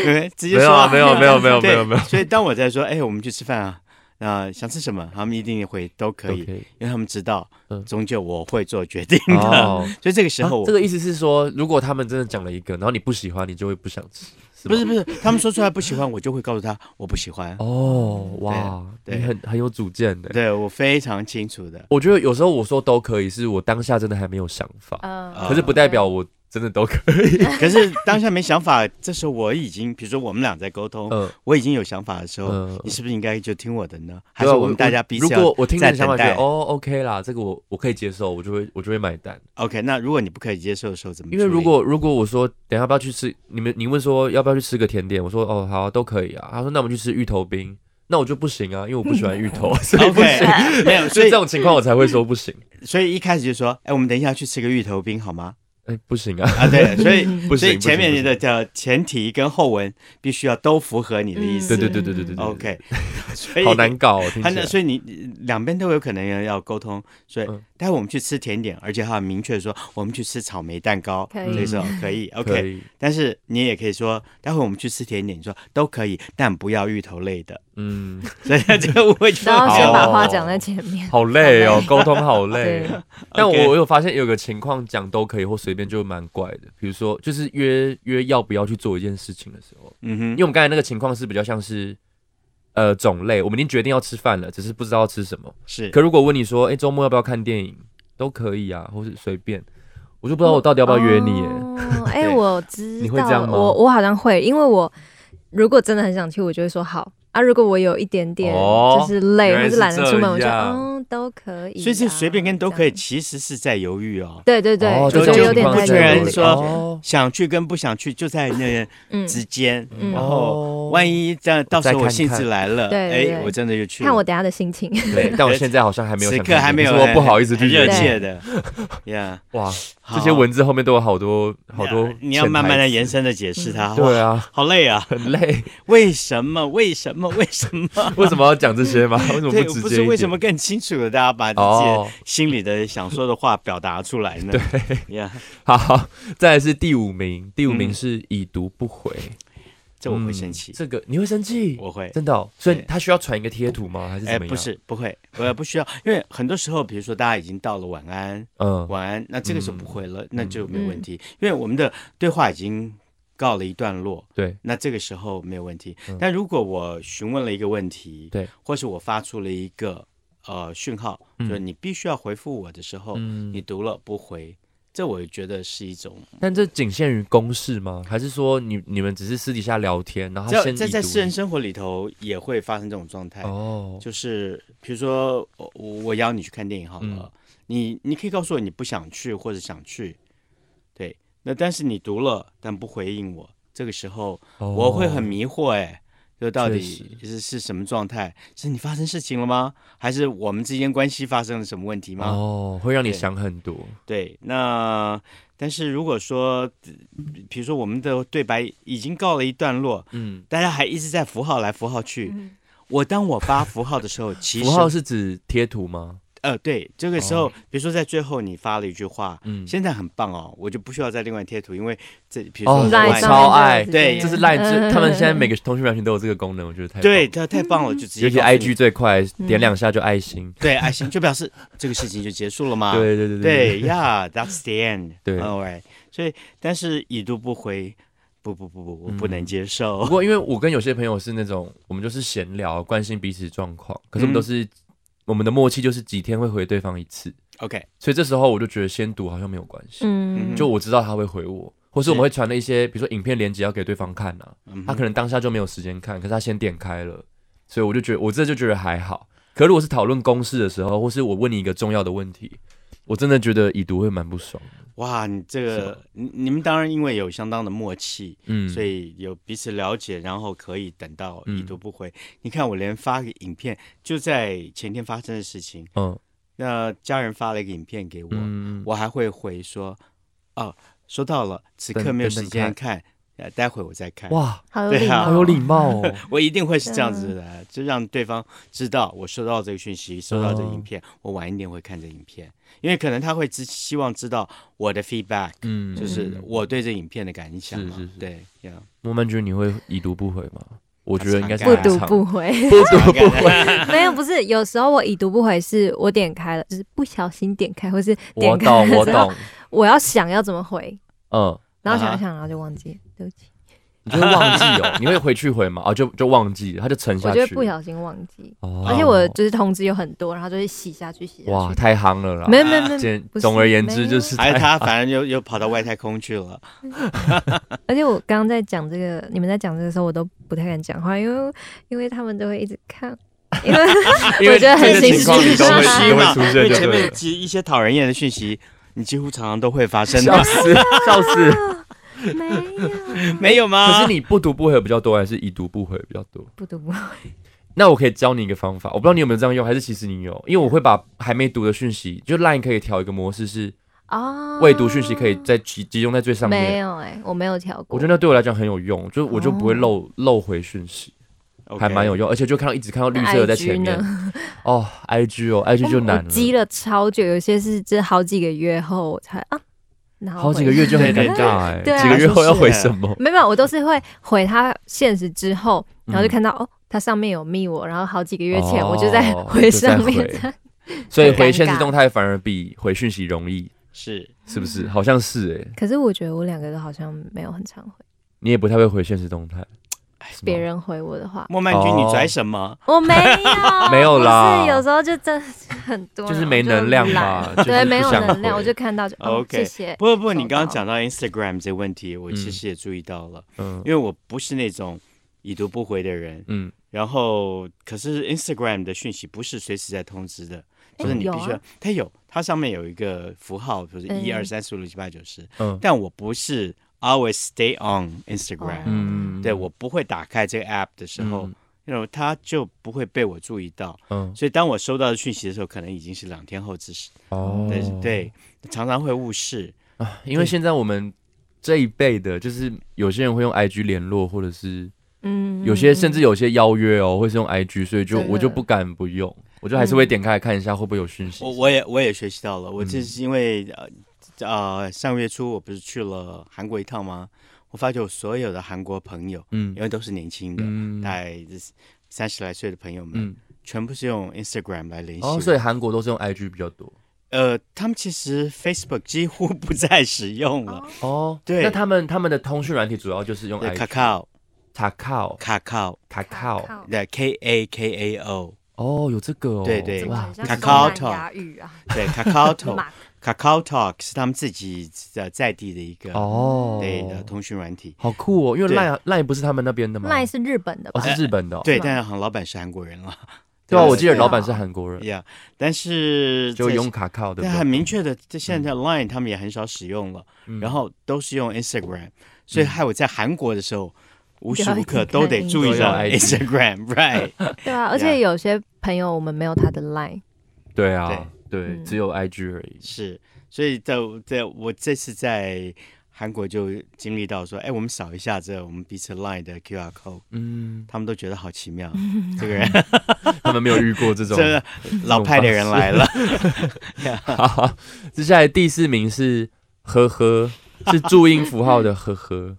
[SPEAKER 4] 因为直接
[SPEAKER 2] 没有
[SPEAKER 4] 说
[SPEAKER 2] 啊
[SPEAKER 4] 啊
[SPEAKER 2] 没有没有没有没
[SPEAKER 4] [LAUGHS] 对
[SPEAKER 2] 有没有，
[SPEAKER 4] 所以当我在说，哎、我们去吃饭啊，那、想吃什么，他们一定会都可
[SPEAKER 2] 都
[SPEAKER 4] 以， [LAUGHS]
[SPEAKER 2] 可以。
[SPEAKER 4] 因为他们知道
[SPEAKER 2] 嗯，
[SPEAKER 4] 终究我会做决定的。
[SPEAKER 2] 哦，
[SPEAKER 4] [LAUGHS] 所以这个时
[SPEAKER 2] 啊
[SPEAKER 4] 候我、
[SPEAKER 2] 这个意思是说，如果他们真的讲了一个，然后你不喜欢，你就会不想吃。
[SPEAKER 4] 不是不是，他们说出来不喜欢，我就会告诉他我不喜欢。
[SPEAKER 2] 哦，哇，
[SPEAKER 4] 对
[SPEAKER 2] 你很很有主见的。
[SPEAKER 4] 对我非常清
[SPEAKER 2] [LAUGHS]
[SPEAKER 4] 楚的。
[SPEAKER 2] 我觉得有时候我说都可以，是我当下真的还没有想法，
[SPEAKER 3] 嗯
[SPEAKER 4] 啊
[SPEAKER 2] 可是不代表我真的都可以。
[SPEAKER 4] 可是当下没想法，这时候我已经，比如说我们俩在沟通，
[SPEAKER 2] 嗯，
[SPEAKER 4] 我已经有想法的时候，
[SPEAKER 2] 嗯
[SPEAKER 4] 你是不是应该就听我的呢？还
[SPEAKER 2] 对
[SPEAKER 4] 是
[SPEAKER 2] 啊
[SPEAKER 4] 我们大家彼此
[SPEAKER 2] 如果我听你
[SPEAKER 4] 在
[SPEAKER 2] 的想法
[SPEAKER 4] 等
[SPEAKER 2] 觉
[SPEAKER 4] 待
[SPEAKER 2] 得哦 OK 啦，这个我我可以接受，我就会我就会买单。
[SPEAKER 4] ？OK，那如果你不可以接受的时候怎么处
[SPEAKER 2] 因
[SPEAKER 4] 理？
[SPEAKER 2] 为如果如果我说等一下要不要去吃，你们你问说要不要去吃个甜点，我说哦好啊、都可以啊。他说那我们去吃芋头冰，那我就不行啊，因为我不喜欢芋 [LAUGHS] 头，所以
[SPEAKER 4] OK 没有，
[SPEAKER 2] [LAUGHS] 所
[SPEAKER 4] 所
[SPEAKER 2] 以这
[SPEAKER 4] 以
[SPEAKER 2] 种情况我才会说不行。
[SPEAKER 4] 所以一开始就说，哎，我们等一下去吃个芋头冰好吗？
[SPEAKER 2] 哎、不行啊，
[SPEAKER 4] 啊，对，所以
[SPEAKER 2] [LAUGHS] 不行。
[SPEAKER 4] 所以
[SPEAKER 2] 不行
[SPEAKER 4] 前
[SPEAKER 2] 不
[SPEAKER 4] 面
[SPEAKER 2] 行
[SPEAKER 4] 的的前提跟后文必须要都符合你的意
[SPEAKER 2] 对
[SPEAKER 4] 思。
[SPEAKER 2] 对对对对对对 [LAUGHS]
[SPEAKER 4] OK，所以
[SPEAKER 2] 好难搞、哦，听
[SPEAKER 4] 他
[SPEAKER 2] 起
[SPEAKER 4] 那
[SPEAKER 2] 来。
[SPEAKER 4] 所以你两边都有可能要沟通，所以
[SPEAKER 2] 嗯
[SPEAKER 4] 待会我们去吃甜点，而且他很明确说我们去吃草莓蛋糕，
[SPEAKER 3] 可
[SPEAKER 2] 以
[SPEAKER 4] 所以说
[SPEAKER 2] [LAUGHS]
[SPEAKER 4] 可以
[SPEAKER 2] 可
[SPEAKER 4] OK，
[SPEAKER 2] 以，
[SPEAKER 4] 但是你也可以说待会我们去吃甜点，你说都可以，但不要芋头类的， [LAUGHS]
[SPEAKER 2] 嗯，
[SPEAKER 4] 所以这个误会啊就
[SPEAKER 3] 都要先把话
[SPEAKER 2] 哦
[SPEAKER 3] 讲在前面。
[SPEAKER 2] 好累哦，沟通好累
[SPEAKER 3] 对。，
[SPEAKER 2] 但我
[SPEAKER 4] OK
[SPEAKER 2] 我有发现有个情况讲都可以或随便就蛮怪的，比如说就是约约要不要去做一件事情的时候，
[SPEAKER 4] 嗯
[SPEAKER 2] 因
[SPEAKER 4] 哼，
[SPEAKER 2] 为我们刚才那个情况是比较像是呃种类，我们已经决定要吃饭了，只是不知道要吃什么。
[SPEAKER 4] 是
[SPEAKER 2] 可如果问你说，哎、周末要不要看电影，都可以啊，或是随便，我就不知道我到底要不要约你耶。 [LAUGHS]
[SPEAKER 3] 哦哎、
[SPEAKER 4] 对
[SPEAKER 3] 我知道，
[SPEAKER 2] 你会这样吗
[SPEAKER 3] 我我好像会，因为我如果真的很想去，我就会说好啊。如果我有一点点
[SPEAKER 2] 哦
[SPEAKER 3] 就是累，
[SPEAKER 2] 原来
[SPEAKER 3] 或
[SPEAKER 2] 是
[SPEAKER 3] 是懒得出门，我
[SPEAKER 2] 这
[SPEAKER 3] 就
[SPEAKER 2] 样
[SPEAKER 3] 嗯都可以、啊。
[SPEAKER 4] 所以这随便跟都可
[SPEAKER 3] 这
[SPEAKER 4] 以，
[SPEAKER 3] 样。
[SPEAKER 4] 其实是在犹豫哦，
[SPEAKER 3] 对对对，
[SPEAKER 2] 哦，
[SPEAKER 3] 我
[SPEAKER 2] 就
[SPEAKER 3] 觉
[SPEAKER 2] 这
[SPEAKER 3] 得
[SPEAKER 2] 种
[SPEAKER 3] 有
[SPEAKER 2] 情
[SPEAKER 3] 点
[SPEAKER 2] 况
[SPEAKER 3] 太
[SPEAKER 2] 是
[SPEAKER 4] 有
[SPEAKER 3] 犹
[SPEAKER 4] 点
[SPEAKER 3] 豫
[SPEAKER 2] 有
[SPEAKER 4] 说
[SPEAKER 3] 了
[SPEAKER 2] 哦
[SPEAKER 4] 想去跟不想去就在
[SPEAKER 3] [LAUGHS]
[SPEAKER 4] 那
[SPEAKER 3] 嗯，
[SPEAKER 4] 之间，
[SPEAKER 3] 嗯
[SPEAKER 4] 然后
[SPEAKER 2] 哦
[SPEAKER 4] 万一这样到时候
[SPEAKER 2] 我再
[SPEAKER 4] 我
[SPEAKER 2] 看
[SPEAKER 4] 兴
[SPEAKER 2] 看
[SPEAKER 4] 致来了，
[SPEAKER 3] 对对
[SPEAKER 4] 哎，
[SPEAKER 3] 对
[SPEAKER 4] 我真的就去了，
[SPEAKER 3] 看我等一下的心情。
[SPEAKER 2] 对，但我现在好像还没有
[SPEAKER 4] [LAUGHS] 此
[SPEAKER 2] 想
[SPEAKER 4] 刻还
[SPEAKER 2] 看
[SPEAKER 4] 没
[SPEAKER 2] 电
[SPEAKER 4] 有
[SPEAKER 2] 影，可是我不好意思去
[SPEAKER 4] 很热
[SPEAKER 2] 约
[SPEAKER 3] 对
[SPEAKER 2] 你。
[SPEAKER 4] 切的
[SPEAKER 2] [LAUGHS]
[SPEAKER 4] 呀。
[SPEAKER 2] 哇，
[SPEAKER 4] 好
[SPEAKER 2] 这些文字后面都有好多好多潜台词，
[SPEAKER 4] 你要慢慢的延伸的解释它。
[SPEAKER 2] 对
[SPEAKER 4] 哇，
[SPEAKER 2] 啊，
[SPEAKER 4] 好累啊！
[SPEAKER 2] 很累。
[SPEAKER 4] 为什么？为什么？为什么？ [LAUGHS]
[SPEAKER 2] 为什么要讲这些吗？为什么
[SPEAKER 4] 对，
[SPEAKER 2] 直
[SPEAKER 4] 不
[SPEAKER 2] 接
[SPEAKER 4] 是
[SPEAKER 2] 一
[SPEAKER 4] 为什
[SPEAKER 2] 点
[SPEAKER 4] 么更清楚的，大家把自己
[SPEAKER 2] 哦，
[SPEAKER 4] 心里的想说的话表达出来呢？对呀，
[SPEAKER 2] 好，再来是第五名，第五名
[SPEAKER 4] 嗯
[SPEAKER 2] 是已读不回，
[SPEAKER 4] 这我会生气
[SPEAKER 2] 嗯，这个你会生气，
[SPEAKER 4] 我会。
[SPEAKER 2] 真的哦、所以
[SPEAKER 4] 对
[SPEAKER 2] 他需要传一个贴图吗？还是怎
[SPEAKER 4] 哎，
[SPEAKER 2] 么样？
[SPEAKER 4] 不，是，不会，我不需要，因为很多时候，比如说大家已经到了晚安，
[SPEAKER 2] 嗯，
[SPEAKER 4] 晚安，那这个时候
[SPEAKER 2] 嗯
[SPEAKER 4] 不回了，那就没有问题，因为我们的对话已经告了一段落，
[SPEAKER 2] 对，
[SPEAKER 4] 那这个时候没有问题
[SPEAKER 2] 嗯。
[SPEAKER 4] 但如果我询问了一个问题，
[SPEAKER 2] 对，
[SPEAKER 4] 或是我发出了一个呃讯号，
[SPEAKER 2] 嗯
[SPEAKER 4] 就是你必须要回复我的时候，
[SPEAKER 2] 嗯
[SPEAKER 4] 你，读了不回，这我觉得是一种，
[SPEAKER 2] 但这仅限于公事吗？还是说你你们只是私底下聊天，然后他
[SPEAKER 4] 这
[SPEAKER 2] 先
[SPEAKER 4] 在
[SPEAKER 2] 已
[SPEAKER 4] 在
[SPEAKER 2] 读
[SPEAKER 4] 私人
[SPEAKER 2] 你
[SPEAKER 4] 生活里头也会发生这种状态，
[SPEAKER 2] 哦，
[SPEAKER 4] 就是比如说我
[SPEAKER 2] 嗯
[SPEAKER 4] 我我邀你去看电影好了，你你可以告诉我你不想去或者想去，那但是你读了但不回应我，这个时候
[SPEAKER 2] 哦
[SPEAKER 4] 我会很迷惑哎、就到底
[SPEAKER 2] 确
[SPEAKER 4] 是是什么状态？是你发生事情了吗？还是我们之间关系发生了什么问题吗？
[SPEAKER 2] 哦，会让你
[SPEAKER 4] 对
[SPEAKER 2] 想很多，
[SPEAKER 4] 对，那但是如果说，呃比如说我们的对白已经告了一段落，
[SPEAKER 2] 嗯，
[SPEAKER 4] 大家还一直在符号来符号去。
[SPEAKER 3] 嗯
[SPEAKER 4] 我当我发符号的时候，其实
[SPEAKER 2] 符号是指贴图吗？
[SPEAKER 4] 呃，对，这个时候，比如说在最后你发了一句话，
[SPEAKER 2] 哦嗯，
[SPEAKER 4] 现在很棒哦，我就不需要再另外贴图，因为这比如
[SPEAKER 2] 哦
[SPEAKER 4] 说在
[SPEAKER 3] 赖
[SPEAKER 4] 外
[SPEAKER 3] 上
[SPEAKER 2] 超
[SPEAKER 3] 面
[SPEAKER 2] 爱
[SPEAKER 3] 就
[SPEAKER 4] 对
[SPEAKER 2] 这是
[SPEAKER 3] 样
[SPEAKER 2] 赖，这他们现在每个通讯软件都有这个功能，我觉得太棒
[SPEAKER 4] 对，
[SPEAKER 2] 了，
[SPEAKER 4] 它太棒了，就直
[SPEAKER 2] 哦
[SPEAKER 4] 接
[SPEAKER 2] 尤其
[SPEAKER 4] 告诉你
[SPEAKER 2] IG 最快，
[SPEAKER 3] 嗯
[SPEAKER 2] 点两下就爱心，
[SPEAKER 4] 对爱心，就表示这个事情就结束了嘛。
[SPEAKER 2] 对对对
[SPEAKER 4] 对，Yeah，that's
[SPEAKER 2] [LAUGHS]
[SPEAKER 4] the end
[SPEAKER 2] 对
[SPEAKER 4] a l right。所以，但是已读不回，不不不不，我不能
[SPEAKER 2] 嗯
[SPEAKER 4] 接受。
[SPEAKER 2] 不过因为我跟有些朋友是那种，我们就是闲聊，关心彼此状况，可是我们
[SPEAKER 4] 嗯
[SPEAKER 2] 都是、我们的默契就是几天会回对方一次，
[SPEAKER 4] OK，
[SPEAKER 2] 所以这时候我就觉得先读好像没有关系，
[SPEAKER 3] 嗯，
[SPEAKER 2] 就我知道他会回我，或是我
[SPEAKER 4] 是
[SPEAKER 2] 们会传了一些，比如说影片连接要给对方看啊，
[SPEAKER 4] 嗯哼
[SPEAKER 2] 他可能当下就没有时间看，可是他先点开了，所以我就觉得我这就觉得还好。可如果是讨论公事的时候，或是我问你一个重要的问题，我真的觉得已读会蛮不爽的。
[SPEAKER 4] 哇，你这
[SPEAKER 2] 是吧
[SPEAKER 4] 个你你们当然因为有相当的默契，
[SPEAKER 2] 嗯，
[SPEAKER 4] 所以有彼此了解，然后可以等到
[SPEAKER 2] 嗯
[SPEAKER 4] 已读不回。你看，我连发个影片，就在前天发生的事情，
[SPEAKER 2] 嗯
[SPEAKER 4] 那家人发了一个影片给我，
[SPEAKER 2] 嗯，
[SPEAKER 4] 我还会回说，哦，收到了，此
[SPEAKER 2] 等
[SPEAKER 4] 刻没有
[SPEAKER 2] 等等
[SPEAKER 4] 时间看，呃，待会我再看。
[SPEAKER 2] 哇，
[SPEAKER 3] 好有
[SPEAKER 4] 对
[SPEAKER 3] 礼
[SPEAKER 4] 啊
[SPEAKER 3] 貌，
[SPEAKER 2] 好有礼貌
[SPEAKER 4] [LAUGHS]
[SPEAKER 2] 哦。
[SPEAKER 4] 我一定会是这样子的，就让对方知道我收到这个讯息，收到这个
[SPEAKER 2] 哦
[SPEAKER 4] 影片，我晚一点会看这个影片，因为可能他会知希望知道我的 feedback，
[SPEAKER 2] 嗯，
[SPEAKER 4] 就是我对这影片的感想嘛。
[SPEAKER 2] 是是是
[SPEAKER 4] 对，
[SPEAKER 2] [LAUGHS]
[SPEAKER 4] 呀，
[SPEAKER 2] 莫曼君，你会已读不回吗？我觉得应该是
[SPEAKER 3] 不
[SPEAKER 4] 不
[SPEAKER 3] 读
[SPEAKER 2] 很常
[SPEAKER 3] 不
[SPEAKER 2] [LAUGHS]
[SPEAKER 3] 回。
[SPEAKER 2] 不读不回，
[SPEAKER 3] 没有，不是，有时候我已读不回，是我点开了，就是不小心点开，或是
[SPEAKER 2] 我
[SPEAKER 3] [LAUGHS] 点开
[SPEAKER 2] 懂我
[SPEAKER 3] 之后
[SPEAKER 2] 懂，
[SPEAKER 3] 我要想要怎么回，
[SPEAKER 2] 嗯，
[SPEAKER 3] 然后想
[SPEAKER 4] 啊哈
[SPEAKER 3] 一想，然后就忘记了，对不起，
[SPEAKER 2] 你就会忘记哦，你会回去回吗？哦，就就忘记，他就沉
[SPEAKER 3] 我
[SPEAKER 2] 下
[SPEAKER 3] 就会
[SPEAKER 2] 去。
[SPEAKER 3] 不小心忘记，
[SPEAKER 2] 哦
[SPEAKER 3] 而且我就是通知有很多，然后就会洗下去，洗下
[SPEAKER 2] 哇，
[SPEAKER 3] 去。
[SPEAKER 2] 太夯了啦。
[SPEAKER 3] 没有没有没有，
[SPEAKER 2] 简
[SPEAKER 3] 不是
[SPEAKER 2] 总而言之
[SPEAKER 3] 没
[SPEAKER 2] 就是太
[SPEAKER 4] 还有哎他反正又又跑到外太空去
[SPEAKER 2] [LAUGHS]
[SPEAKER 4] 了。
[SPEAKER 3] 而且我刚刚在讲这个，你们在讲这个时候，我都不太敢讲话，因为因为他们都会一直看，因为
[SPEAKER 2] [LAUGHS] 因为
[SPEAKER 3] 我觉得很
[SPEAKER 2] 这个
[SPEAKER 3] 心
[SPEAKER 2] 情况你
[SPEAKER 3] 虚
[SPEAKER 2] 都会
[SPEAKER 3] 啊
[SPEAKER 2] 你都会出
[SPEAKER 4] 因为
[SPEAKER 2] 现，就
[SPEAKER 4] 前
[SPEAKER 2] 对
[SPEAKER 4] 面
[SPEAKER 2] 了。
[SPEAKER 4] 其实一些讨人厌的讯息，你几乎常常都会发生
[SPEAKER 2] [LAUGHS] 笑
[SPEAKER 4] 的，
[SPEAKER 2] 死，笑死！
[SPEAKER 3] [LAUGHS] 没有
[SPEAKER 4] 没有
[SPEAKER 2] 可
[SPEAKER 4] 吗
[SPEAKER 2] 是？你不读不回比较多，还是已读不回比较多？
[SPEAKER 3] 不读不回
[SPEAKER 2] 那我可以教你一个方法，我不知道你有没有这样用，还是其实你有，因为我会把还没读的讯息，就 Line 可以调一个模式，是 [LAUGHS]
[SPEAKER 3] 哦，
[SPEAKER 2] 未读讯息可以在集集中在最上
[SPEAKER 3] 没
[SPEAKER 2] 面。
[SPEAKER 3] 有哎，我没有调过，
[SPEAKER 2] 我觉得那对我来讲很有用，就我就不
[SPEAKER 3] 哦
[SPEAKER 2] 会漏漏回讯息，
[SPEAKER 4] OK
[SPEAKER 2] 还蛮有用，而且就看到一直看到绿色的在前面
[SPEAKER 3] IG。
[SPEAKER 2] 哦，IG 哦，IG
[SPEAKER 3] [LAUGHS]
[SPEAKER 2] 就难
[SPEAKER 3] 哎我积
[SPEAKER 2] 了，
[SPEAKER 3] 了超久，有些是这好几个月后我才啊，然后
[SPEAKER 2] 好几个
[SPEAKER 3] 回
[SPEAKER 2] 月就很
[SPEAKER 4] 对
[SPEAKER 2] 尴
[SPEAKER 4] 对
[SPEAKER 2] 尬哎，
[SPEAKER 3] [LAUGHS] 对啊
[SPEAKER 2] 几个月后要回什么？
[SPEAKER 3] 没有，没有，我都是会回他现实之后，然后就
[SPEAKER 2] 嗯
[SPEAKER 3] 看到、哦，他上面有密我，然后好几个月前
[SPEAKER 2] 哦
[SPEAKER 3] 我就在回上面
[SPEAKER 2] 就在回
[SPEAKER 3] 这样，
[SPEAKER 2] 所以
[SPEAKER 3] 很尴
[SPEAKER 2] 回
[SPEAKER 3] 尬
[SPEAKER 2] 现实动态反而比回讯息容易，
[SPEAKER 4] 是
[SPEAKER 2] 是不是？好像是哎、欸，
[SPEAKER 3] [LAUGHS] 可是我觉得我两个都好像没有很常回，
[SPEAKER 2] 你也不太会回现实动态，是吗
[SPEAKER 3] 哎别人回我的话，
[SPEAKER 4] 莫曼君，
[SPEAKER 2] 哦，
[SPEAKER 4] 你拽什么？
[SPEAKER 3] 我没
[SPEAKER 2] [LAUGHS]
[SPEAKER 3] 有
[SPEAKER 2] 没有啦
[SPEAKER 3] 不是有时候就真的是很多，
[SPEAKER 4] 啊
[SPEAKER 2] 就是
[SPEAKER 3] 然后
[SPEAKER 2] 没能量
[SPEAKER 3] 很
[SPEAKER 2] 吧
[SPEAKER 3] 懒
[SPEAKER 2] 就是
[SPEAKER 3] 对，
[SPEAKER 2] 不
[SPEAKER 3] 没有
[SPEAKER 2] 想
[SPEAKER 3] 能量，
[SPEAKER 2] 回
[SPEAKER 3] 我就看到就哦谢
[SPEAKER 4] OK
[SPEAKER 3] 谢，
[SPEAKER 4] 不不不，
[SPEAKER 3] 收
[SPEAKER 4] 你刚刚
[SPEAKER 3] 到
[SPEAKER 4] 讲到 Instagram 这个问题，我
[SPEAKER 2] 嗯
[SPEAKER 4] 其实也注意到了，
[SPEAKER 2] 嗯
[SPEAKER 4] 因为我不是那种已读不回的人。
[SPEAKER 2] 嗯，
[SPEAKER 4] 然后，可是 Instagram 的讯息不是随时在通知的，
[SPEAKER 3] 哎
[SPEAKER 4] 就是你必须
[SPEAKER 3] 有
[SPEAKER 4] 要
[SPEAKER 3] 啊，
[SPEAKER 4] 它有，它上面有一个符号，就是
[SPEAKER 3] 嗯
[SPEAKER 4] 一二三四五六七八九十，
[SPEAKER 2] 嗯
[SPEAKER 4] 但我不是 always stay on Instagram，、
[SPEAKER 3] 哦
[SPEAKER 2] 嗯，
[SPEAKER 4] 对我不会打开这个 app 的时候，那种它就不会被我注意到，
[SPEAKER 2] 嗯
[SPEAKER 4] 所以当我收到的讯息的时候，可能已经是两天后之事，
[SPEAKER 2] 哦
[SPEAKER 4] 对、对，常常会误事，
[SPEAKER 2] 啊，因为现在我们这一辈的，就是有些人会用 IG 联络，或者是
[SPEAKER 3] 嗯，
[SPEAKER 2] 有些甚
[SPEAKER 3] 至。
[SPEAKER 2] 至有些邀约哦，会是用 IG，所以就
[SPEAKER 3] 真的
[SPEAKER 2] 我就不敢不用，我就还是会点开来看一下会不会有讯息
[SPEAKER 4] 我。我也我也学习到了，我
[SPEAKER 2] 嗯
[SPEAKER 4] 这是因为、呃呃上个月初我不是去了韩国一趟吗？我发觉我所有的韩国朋友，
[SPEAKER 2] 嗯
[SPEAKER 4] 因为都是年轻的，
[SPEAKER 2] 嗯
[SPEAKER 4] 大概三十来岁的朋友们，
[SPEAKER 2] 嗯，
[SPEAKER 4] 全部是用 Instagram 来联系我。
[SPEAKER 2] 哦，所以韩国都是用 IG 比较多
[SPEAKER 4] 呃，他们其实 Facebook 几乎不再使用了。
[SPEAKER 2] 哦。
[SPEAKER 4] 对
[SPEAKER 2] 那他们他们的通讯软体主要就是用
[SPEAKER 4] 对
[SPEAKER 2] IG，
[SPEAKER 4] ，Kakao
[SPEAKER 2] 卡靠
[SPEAKER 4] Kakao
[SPEAKER 2] 卡靠。
[SPEAKER 4] 对 K A K A O
[SPEAKER 2] 哦，有这个哦，
[SPEAKER 4] 对对
[SPEAKER 3] 怎么
[SPEAKER 2] 哇
[SPEAKER 3] 很，像
[SPEAKER 4] 卡
[SPEAKER 3] 是
[SPEAKER 2] 这个
[SPEAKER 3] 东
[SPEAKER 4] 靠
[SPEAKER 3] 南
[SPEAKER 4] Kakao
[SPEAKER 3] 亚语啊？
[SPEAKER 4] 对 Kakao
[SPEAKER 3] 马
[SPEAKER 4] Talk Kakao Talk 是他们自己的在地的一个、
[SPEAKER 2] 哦，
[SPEAKER 4] 对的通讯软体。
[SPEAKER 2] 好酷哦，因为
[SPEAKER 4] 对
[SPEAKER 2] 赖赖不是他们那边的吗？
[SPEAKER 3] 麦是日本的
[SPEAKER 2] 哦
[SPEAKER 3] 吧？
[SPEAKER 2] 是日本的哦，
[SPEAKER 4] 对，
[SPEAKER 3] 吗
[SPEAKER 4] 但是好像老板是韩国人了，
[SPEAKER 2] 对啊，我记得
[SPEAKER 3] 对
[SPEAKER 2] 老板是韩国人，
[SPEAKER 4] 呀，但是
[SPEAKER 2] 就
[SPEAKER 4] 在
[SPEAKER 2] 用卡靠，对
[SPEAKER 4] 但
[SPEAKER 2] 不
[SPEAKER 4] 很
[SPEAKER 2] 对？
[SPEAKER 4] 明确的，这现在 Line 他们也很少使用了，
[SPEAKER 2] 嗯
[SPEAKER 4] 然后都是用 Instagram，所以害我在韩国的时候。无时无刻
[SPEAKER 3] 不要
[SPEAKER 4] 都
[SPEAKER 3] 一直看
[SPEAKER 4] 得注意
[SPEAKER 2] 都要
[SPEAKER 4] 到
[SPEAKER 2] IG [LAUGHS]
[SPEAKER 4] [LAUGHS] Instagram，right？
[SPEAKER 3] 对啊，而且有些朋友我们没有他的 line，
[SPEAKER 2] 对啊，对，
[SPEAKER 3] 嗯
[SPEAKER 2] 只有 IG 而已。
[SPEAKER 4] 是，所以在在我这次在韩国就经历到说，哎，我们扫一下这我们彼此 Line 的 QR code，
[SPEAKER 2] 嗯，
[SPEAKER 4] 他们都觉得好奇妙，
[SPEAKER 3] [LAUGHS]
[SPEAKER 4] 这个人
[SPEAKER 2] [LAUGHS] 他们没有遇过这种。
[SPEAKER 4] 这个老派的人来了，
[SPEAKER 2] [LAUGHS] 好，接下来第四名是呵呵，是注音符号的呵呵，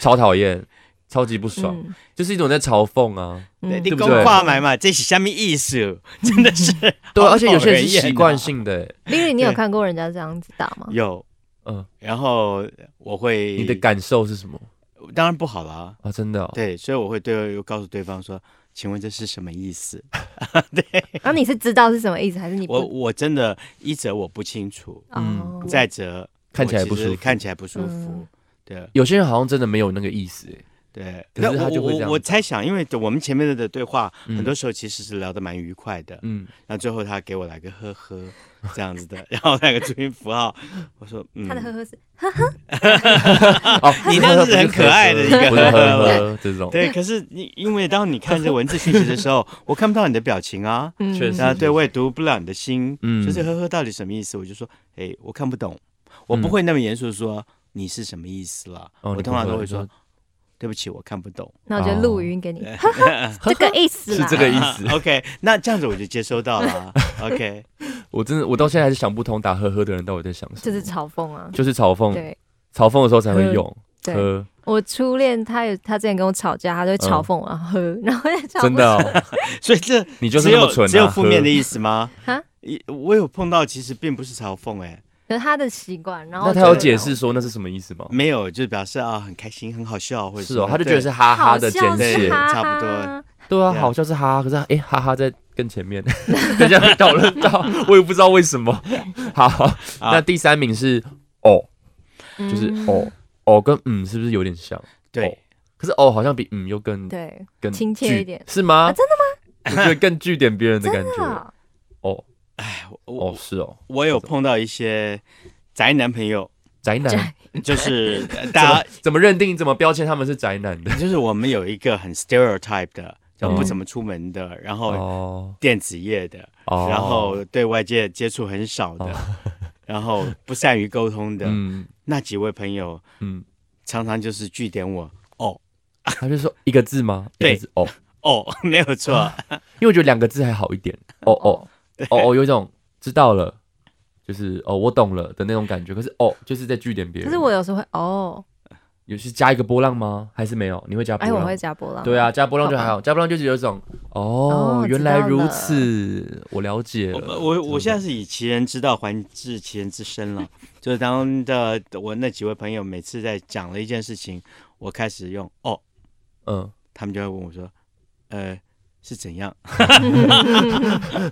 [SPEAKER 2] 超讨厌，超级不爽，
[SPEAKER 3] 嗯
[SPEAKER 2] 就是一种在嘲讽啊。
[SPEAKER 3] [LAUGHS]
[SPEAKER 4] 对
[SPEAKER 3] 嗯
[SPEAKER 2] 对
[SPEAKER 4] 你
[SPEAKER 2] 不
[SPEAKER 4] 公
[SPEAKER 2] 对
[SPEAKER 4] 话买嘛，这是什么意思？真的是
[SPEAKER 2] 对，
[SPEAKER 4] 好
[SPEAKER 2] 而且有些人是
[SPEAKER 4] 讨厌啊
[SPEAKER 2] 习惯性的欸，
[SPEAKER 3] 因为你有
[SPEAKER 4] 对
[SPEAKER 3] 看过人家这样子打吗？
[SPEAKER 4] 有，
[SPEAKER 2] 嗯，
[SPEAKER 4] 然后我会
[SPEAKER 2] 你的感受是什么
[SPEAKER 4] 当然不好啦，
[SPEAKER 2] 啊？真的哦，
[SPEAKER 4] 对，所以我会对告诉对方说：“请问这是什么意思
[SPEAKER 3] 然后啊你是知道是什么意思，还是你？”
[SPEAKER 4] 我
[SPEAKER 3] 不？
[SPEAKER 4] 我真的一则我不清楚，
[SPEAKER 3] 哦
[SPEAKER 2] 嗯
[SPEAKER 4] 再者
[SPEAKER 2] 看起来
[SPEAKER 4] 我其
[SPEAKER 2] 不
[SPEAKER 4] 实
[SPEAKER 2] 舒服
[SPEAKER 4] 看起来不舒服
[SPEAKER 3] 嗯。
[SPEAKER 4] 对
[SPEAKER 2] 有些人好像真的没有那个意思欸，
[SPEAKER 4] 对，
[SPEAKER 2] 可是
[SPEAKER 4] 那
[SPEAKER 2] 他
[SPEAKER 4] 我
[SPEAKER 2] 就会这
[SPEAKER 4] 我
[SPEAKER 2] 样
[SPEAKER 4] 我猜想，因为我们前面的对话，
[SPEAKER 2] 嗯
[SPEAKER 4] 很多时候其实是聊得蛮愉快的。
[SPEAKER 2] 嗯，
[SPEAKER 4] 那最后他给我来个呵呵这样子的，然后那个注音符号，我说嗯
[SPEAKER 3] 他，的呵呵是
[SPEAKER 2] 哦，
[SPEAKER 4] 你
[SPEAKER 2] 呵
[SPEAKER 4] 那
[SPEAKER 2] 呵
[SPEAKER 4] 是很
[SPEAKER 2] 不
[SPEAKER 4] 可爱的一个
[SPEAKER 2] 不是呵
[SPEAKER 4] 呵呵
[SPEAKER 2] 呵这种，
[SPEAKER 4] 对。可是你因为当你看这文字讯息的时候，我看不到你的表
[SPEAKER 2] [LAUGHS]
[SPEAKER 4] 情啊，
[SPEAKER 3] 嗯
[SPEAKER 2] 确实
[SPEAKER 4] 啊，对我也读不了你的心，
[SPEAKER 2] 嗯
[SPEAKER 4] 就是 [LAUGHS] 呵呵到底什么意思？我就说，哎，我看不懂，我不
[SPEAKER 2] 嗯
[SPEAKER 4] 会那么严肃地说你是什么意思了。
[SPEAKER 2] 哦
[SPEAKER 4] 我
[SPEAKER 2] 你
[SPEAKER 4] 通
[SPEAKER 2] 不
[SPEAKER 4] 常
[SPEAKER 2] 会
[SPEAKER 4] 都会
[SPEAKER 2] 你说
[SPEAKER 4] 说，对不起，我看不懂。。
[SPEAKER 3] 那我就录语音给你，呵呵， [LAUGHS] 这个意思
[SPEAKER 2] 嗯是
[SPEAKER 3] 啦。
[SPEAKER 2] 这个意思
[SPEAKER 4] OK，那 [LAUGHS] 这样子我就接收到了啊。OK，
[SPEAKER 2] [LAUGHS] 我真的，我到现在还是想不通打呵呵的人到底在想什
[SPEAKER 3] 就
[SPEAKER 2] 么
[SPEAKER 3] 是，嘲讽啊。
[SPEAKER 2] 就是嘲讽，
[SPEAKER 3] 对嗯
[SPEAKER 2] 嘲讽的时候才会
[SPEAKER 3] 呵
[SPEAKER 2] 用
[SPEAKER 3] 对
[SPEAKER 2] 嗯呵，
[SPEAKER 3] 我初恋，他有他之前跟我吵架，他就会嘲讽我，然后呵， [LAUGHS] 然后也嘲讽
[SPEAKER 2] 嗯真的哦，
[SPEAKER 4] 所以这
[SPEAKER 2] [LAUGHS] 你就是
[SPEAKER 4] 只
[SPEAKER 2] 那么
[SPEAKER 4] 有
[SPEAKER 2] 蠢啊，
[SPEAKER 4] 只有负面
[SPEAKER 2] 呵
[SPEAKER 4] 的意
[SPEAKER 2] [LAUGHS]
[SPEAKER 4] 思吗？
[SPEAKER 3] 啊，
[SPEAKER 4] 一我有碰到，其实并不是嘲讽，哎，
[SPEAKER 3] 可是他的习惯。然后
[SPEAKER 2] 那他
[SPEAKER 3] 我
[SPEAKER 2] 有
[SPEAKER 3] 就
[SPEAKER 2] 解释说那是什么意思吗？
[SPEAKER 4] 没有，就表示啊很开心，很好笑，或者
[SPEAKER 2] 是
[SPEAKER 4] 什
[SPEAKER 2] 哦，
[SPEAKER 4] 么
[SPEAKER 2] 他就觉得是
[SPEAKER 4] 对
[SPEAKER 2] 哈哈
[SPEAKER 3] 好
[SPEAKER 2] 的
[SPEAKER 3] 笑
[SPEAKER 2] 简
[SPEAKER 3] 是
[SPEAKER 2] 写，
[SPEAKER 3] 哈哈
[SPEAKER 4] 差不多。
[SPEAKER 2] 对啊，
[SPEAKER 4] 对啊
[SPEAKER 2] 好像是哈哈，可是哎、诶哈哈在更前面， [LAUGHS] 等一下会讨论到， [LAUGHS] 我也不知道为什么。 [LAUGHS] 好，
[SPEAKER 4] 啊
[SPEAKER 2] 那第三名是哦，就是
[SPEAKER 3] 嗯
[SPEAKER 2] 哦哦跟嗯是不是有点像？
[SPEAKER 4] 对。
[SPEAKER 2] 可是哦好像比嗯又更
[SPEAKER 3] 对，
[SPEAKER 2] 更
[SPEAKER 3] 亲切一
[SPEAKER 2] 具
[SPEAKER 3] 点
[SPEAKER 2] 是吗？
[SPEAKER 3] 啊
[SPEAKER 2] 真的吗？我觉得更据点别人的感
[SPEAKER 3] 真的
[SPEAKER 2] 觉。
[SPEAKER 3] 哦
[SPEAKER 2] 哦
[SPEAKER 4] 我
[SPEAKER 2] 哦是哦，
[SPEAKER 4] 我有碰到一些宅男
[SPEAKER 2] [LAUGHS]
[SPEAKER 4] 朋友，
[SPEAKER 2] 宅男
[SPEAKER 3] 宅
[SPEAKER 4] 就是
[SPEAKER 2] [LAUGHS]
[SPEAKER 4] 呃
[SPEAKER 2] 怎
[SPEAKER 4] 大家
[SPEAKER 2] 么怎么认定怎么标签他们是宅男的？
[SPEAKER 4] 就是我们有一个很 stereotype 的，就
[SPEAKER 2] 嗯
[SPEAKER 4] 不怎么出门的，然后
[SPEAKER 2] 哦
[SPEAKER 4] 电子业的，
[SPEAKER 2] 哦，
[SPEAKER 4] 然后对外界接触很少的， [LAUGHS] 然后不善于沟通的、
[SPEAKER 2] 嗯
[SPEAKER 4] 那几位朋友，
[SPEAKER 2] 嗯，
[SPEAKER 4] 常常就是据点我哦
[SPEAKER 2] 他就说一个字吗？一个
[SPEAKER 4] 对
[SPEAKER 2] 字哦，
[SPEAKER 4] 哦， [LAUGHS] 没有错，
[SPEAKER 2] 啊因为我觉得两个字还好一点。哦哦，哦哦，有一种知道了，就是哦我懂了的那种感觉。可是哦，就是在据点别
[SPEAKER 3] 可
[SPEAKER 2] 人。
[SPEAKER 3] 是我有时候会哦，
[SPEAKER 2] 有是加一个波浪吗？还是没有？你会加波
[SPEAKER 3] 哎，
[SPEAKER 2] 浪？
[SPEAKER 3] 我会加波浪。
[SPEAKER 2] 对啊，，加波浪就
[SPEAKER 3] 好吧
[SPEAKER 2] 还好，加波浪就是有一种哦，
[SPEAKER 3] 哦
[SPEAKER 2] 原来
[SPEAKER 3] 知道
[SPEAKER 2] 如
[SPEAKER 3] 了
[SPEAKER 2] 此，我了解
[SPEAKER 4] 我
[SPEAKER 2] 了。
[SPEAKER 4] 我我现在是以其人之道还治其人之身了，就是当的我那几位朋友每次在讲了一件事情，我开始用哦，
[SPEAKER 2] 嗯，
[SPEAKER 4] 他们就会问我说，呃，是怎样？
[SPEAKER 3] [LAUGHS]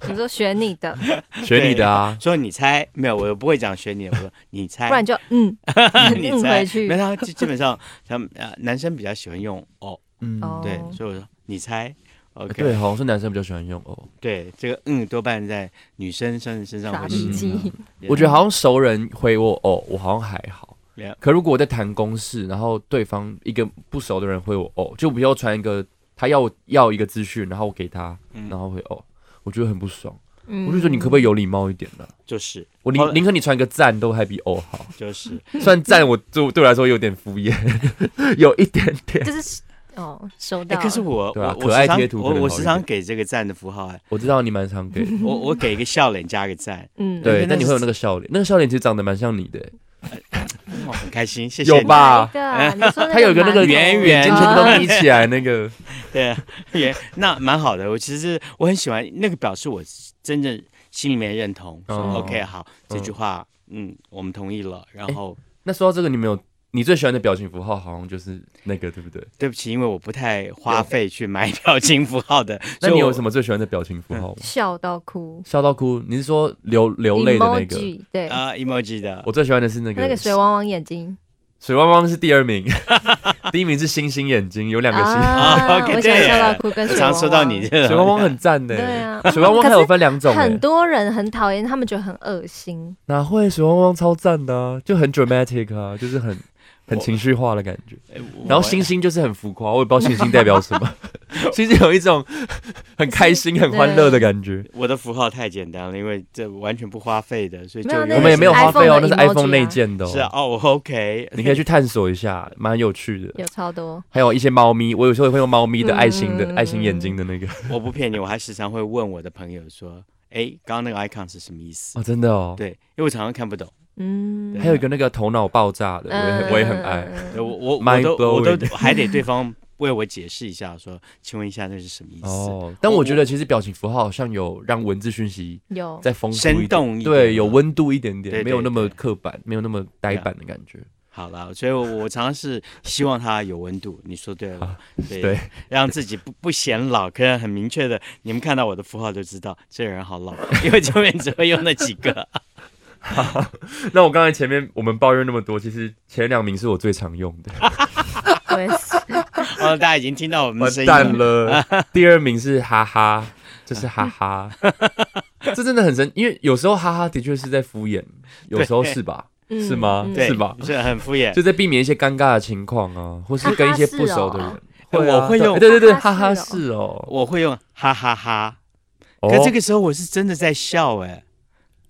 [SPEAKER 3] 你说选你的，
[SPEAKER 2] 学你的啊，
[SPEAKER 4] 说你猜没有，我不会讲学你，我说你猜，
[SPEAKER 3] 不然就
[SPEAKER 2] [LAUGHS]
[SPEAKER 3] 嗯
[SPEAKER 4] [LAUGHS] 你
[SPEAKER 3] 嗯
[SPEAKER 4] 猜
[SPEAKER 3] 回，去
[SPEAKER 4] 没。有，基基本上 [LAUGHS] 他们呃男生比较喜欢
[SPEAKER 3] [LAUGHS]
[SPEAKER 4] 用哦，
[SPEAKER 2] 嗯，
[SPEAKER 3] 哦
[SPEAKER 4] 对，所以我说你猜，OK，
[SPEAKER 2] 对，好像是男生比较喜欢用哦。
[SPEAKER 4] 对这个嗯多半在女生身身上
[SPEAKER 3] 傻
[SPEAKER 4] 会
[SPEAKER 3] 逼
[SPEAKER 4] 使用
[SPEAKER 3] 机，
[SPEAKER 2] 我觉得好像熟人回我哦，我好像还好
[SPEAKER 4] Yeah。
[SPEAKER 2] 可如果我在谈公事，然后对方一个不熟的人回我哦，就比如传一个他要要一个资讯，然后我给他，
[SPEAKER 4] 嗯
[SPEAKER 2] 然后会哦，我觉得很不爽。
[SPEAKER 3] 嗯
[SPEAKER 2] 我就说你可不可以有礼貌一点呢、
[SPEAKER 4] 就是
[SPEAKER 2] 我
[SPEAKER 4] 好了
[SPEAKER 2] 宁宁可你传个赞都还比哦好，
[SPEAKER 3] [LAUGHS]
[SPEAKER 4] 就是
[SPEAKER 2] 虽然赞我
[SPEAKER 4] [LAUGHS]
[SPEAKER 2] 对对我来说有点敷衍， [LAUGHS] 有一点点。
[SPEAKER 3] 就是哦，收
[SPEAKER 4] 哎，
[SPEAKER 3] 到了。
[SPEAKER 4] 可是我
[SPEAKER 2] 对啊
[SPEAKER 4] 我我
[SPEAKER 2] 可爱
[SPEAKER 4] 时常
[SPEAKER 2] 贴图可
[SPEAKER 4] 我
[SPEAKER 2] 能
[SPEAKER 4] 我
[SPEAKER 2] 好一
[SPEAKER 4] 时常给这个赞的符号，哎
[SPEAKER 2] 我知道你蛮常给的，
[SPEAKER 4] 我我给一个笑脸加个
[SPEAKER 3] [LAUGHS]
[SPEAKER 4] 赞，
[SPEAKER 3] 嗯，
[SPEAKER 2] 对，
[SPEAKER 4] 那
[SPEAKER 2] 但你
[SPEAKER 4] 是
[SPEAKER 2] 会有那个笑脸，那个笑脸其实长得蛮像你的、欸
[SPEAKER 4] 哇，很开心，谢谢
[SPEAKER 2] 有
[SPEAKER 4] 你
[SPEAKER 2] 吧？哎
[SPEAKER 3] 哪啊一个？你说
[SPEAKER 2] 他有一个那个
[SPEAKER 3] 馒头
[SPEAKER 4] 圆圆
[SPEAKER 2] 眼睛全部都眯起来那个， [LAUGHS]
[SPEAKER 4] 对，也那蛮好的。我其实我很喜欢那个，表示我真正心里面认同。说
[SPEAKER 2] 哦
[SPEAKER 4] OK，好，这
[SPEAKER 2] 嗯
[SPEAKER 4] 句话，嗯，我们同意了。然后
[SPEAKER 2] 那说到这个，你们有你最喜欢的表情符号，好像就是那个，对不对？
[SPEAKER 4] 对不起，因为我不太花费去买
[SPEAKER 2] [LAUGHS]
[SPEAKER 4] 表情符号的，
[SPEAKER 2] 那
[SPEAKER 4] 所
[SPEAKER 2] 你
[SPEAKER 4] 以
[SPEAKER 2] 有
[SPEAKER 4] 我
[SPEAKER 2] 什么最喜欢的表情符号吗？
[SPEAKER 3] 笑到哭，
[SPEAKER 2] 笑到哭，你是说流流泪的那个？
[SPEAKER 3] emoji，对，
[SPEAKER 4] 啊 emoji 的
[SPEAKER 2] 我最喜欢的是那个
[SPEAKER 3] 那个水汪汪眼睛，
[SPEAKER 2] 水汪汪是第二名， [LAUGHS] 第一名是星星眼睛，有两个 [LAUGHS] 星。
[SPEAKER 4] 啊，OK，
[SPEAKER 3] 我想
[SPEAKER 4] 对
[SPEAKER 3] 收到
[SPEAKER 4] 耶
[SPEAKER 3] 哭跟
[SPEAKER 4] 我
[SPEAKER 3] 水
[SPEAKER 4] 常收到
[SPEAKER 3] 汪汪
[SPEAKER 4] 你这
[SPEAKER 2] 水
[SPEAKER 4] 种
[SPEAKER 2] 汪汪很赞呢、
[SPEAKER 3] 对啊，
[SPEAKER 2] 水汪汪
[SPEAKER 3] 可
[SPEAKER 2] 还
[SPEAKER 3] 是
[SPEAKER 2] 有分两种、欸，
[SPEAKER 3] 很多人很讨厌，他们觉得很恶心。
[SPEAKER 2] 哪会水汪汪超赞的啊、就很 dramatic 啊，就是很很情绪化的感觉。
[SPEAKER 3] 哎
[SPEAKER 2] 然后星星就是很浮夸，我也不知道星星代表什
[SPEAKER 3] [LAUGHS]
[SPEAKER 2] 么，星星有一种很开心、很欢乐的感觉。
[SPEAKER 4] 我的符号太简单了，因为这完全不花费的，所以就
[SPEAKER 3] 没有那
[SPEAKER 2] 我们也没有花费哦，那是
[SPEAKER 3] iPhone 的 emoji 啊
[SPEAKER 2] iPhone 内建的、哦，
[SPEAKER 4] 是啊，哦，OK，
[SPEAKER 2] [LAUGHS] 你可以去探索一下，蛮有趣的。
[SPEAKER 3] 有超多，
[SPEAKER 2] 还有一些猫咪，我有时候也会用猫咪的爱心的、
[SPEAKER 3] 嗯
[SPEAKER 2] 爱心眼睛的那
[SPEAKER 3] [LAUGHS]
[SPEAKER 2] 个
[SPEAKER 4] 我不骗你，我还时常会问我的朋友说，哎，刚刚那个 icon 是什么意思？
[SPEAKER 2] 哦，真的哦。
[SPEAKER 4] 对，因为我常常看不懂。
[SPEAKER 3] 嗯，
[SPEAKER 2] 还有一个那个头脑爆炸的，我也
[SPEAKER 3] 嗯，
[SPEAKER 2] 很我也很爱。
[SPEAKER 3] 嗯。嗯嗯
[SPEAKER 4] 我我我
[SPEAKER 2] Mind
[SPEAKER 4] 都我都
[SPEAKER 2] blowing
[SPEAKER 4] 还得对方为我解释一下，说，请问一下那是嗯什么意思？
[SPEAKER 2] 哦，但我觉得其实表情符号好像有让文字讯息
[SPEAKER 3] 有
[SPEAKER 2] 再丰富一点
[SPEAKER 4] 生动一点，啊
[SPEAKER 2] 对，有。温度一点点，
[SPEAKER 4] 对
[SPEAKER 2] 没有
[SPEAKER 4] 对
[SPEAKER 2] 那么
[SPEAKER 4] 对
[SPEAKER 2] 刻板，没有那么呆板的感觉。
[SPEAKER 4] 好了，所以我我常常是希望它有温度。你说对了，
[SPEAKER 2] [LAUGHS]
[SPEAKER 4] 对，
[SPEAKER 2] 对
[SPEAKER 4] 让自己不不显老，可以很明确的，你们看到我的符号就知道这人好老， [LAUGHS] 因为这边只会用那几个。 [LAUGHS]
[SPEAKER 2] 那我刚才前面我们抱怨那么多，其实前两名是我最常用的，
[SPEAKER 3] 我也
[SPEAKER 2] [LAUGHS]
[SPEAKER 3] 是，
[SPEAKER 4] 哦，大家已经听到我们的
[SPEAKER 2] 完
[SPEAKER 4] 声音啊
[SPEAKER 2] 蛋
[SPEAKER 4] 了。
[SPEAKER 2] 了。
[SPEAKER 4] [LAUGHS]
[SPEAKER 2] 第二名是哈哈，就是哈哈，这真的很神，因为有时候哈哈的确是在敷衍，有时候是吧？
[SPEAKER 3] 嗯
[SPEAKER 2] 是吗
[SPEAKER 3] 嗯
[SPEAKER 4] 对，
[SPEAKER 2] 是吧
[SPEAKER 4] 是很敷衍
[SPEAKER 2] 就。在避免一些尴尬的情况啊，或 [LAUGHS] 是跟一些不熟的人。
[SPEAKER 3] 哈哈
[SPEAKER 2] 会啊
[SPEAKER 4] 我会用
[SPEAKER 2] 对对对，哈
[SPEAKER 3] 哈
[SPEAKER 2] 哈
[SPEAKER 3] 哈
[SPEAKER 2] 是
[SPEAKER 3] 是
[SPEAKER 2] 哦。
[SPEAKER 4] 我会用哈哈哈，
[SPEAKER 2] 哦
[SPEAKER 4] 可这个时候我是真的在笑哎、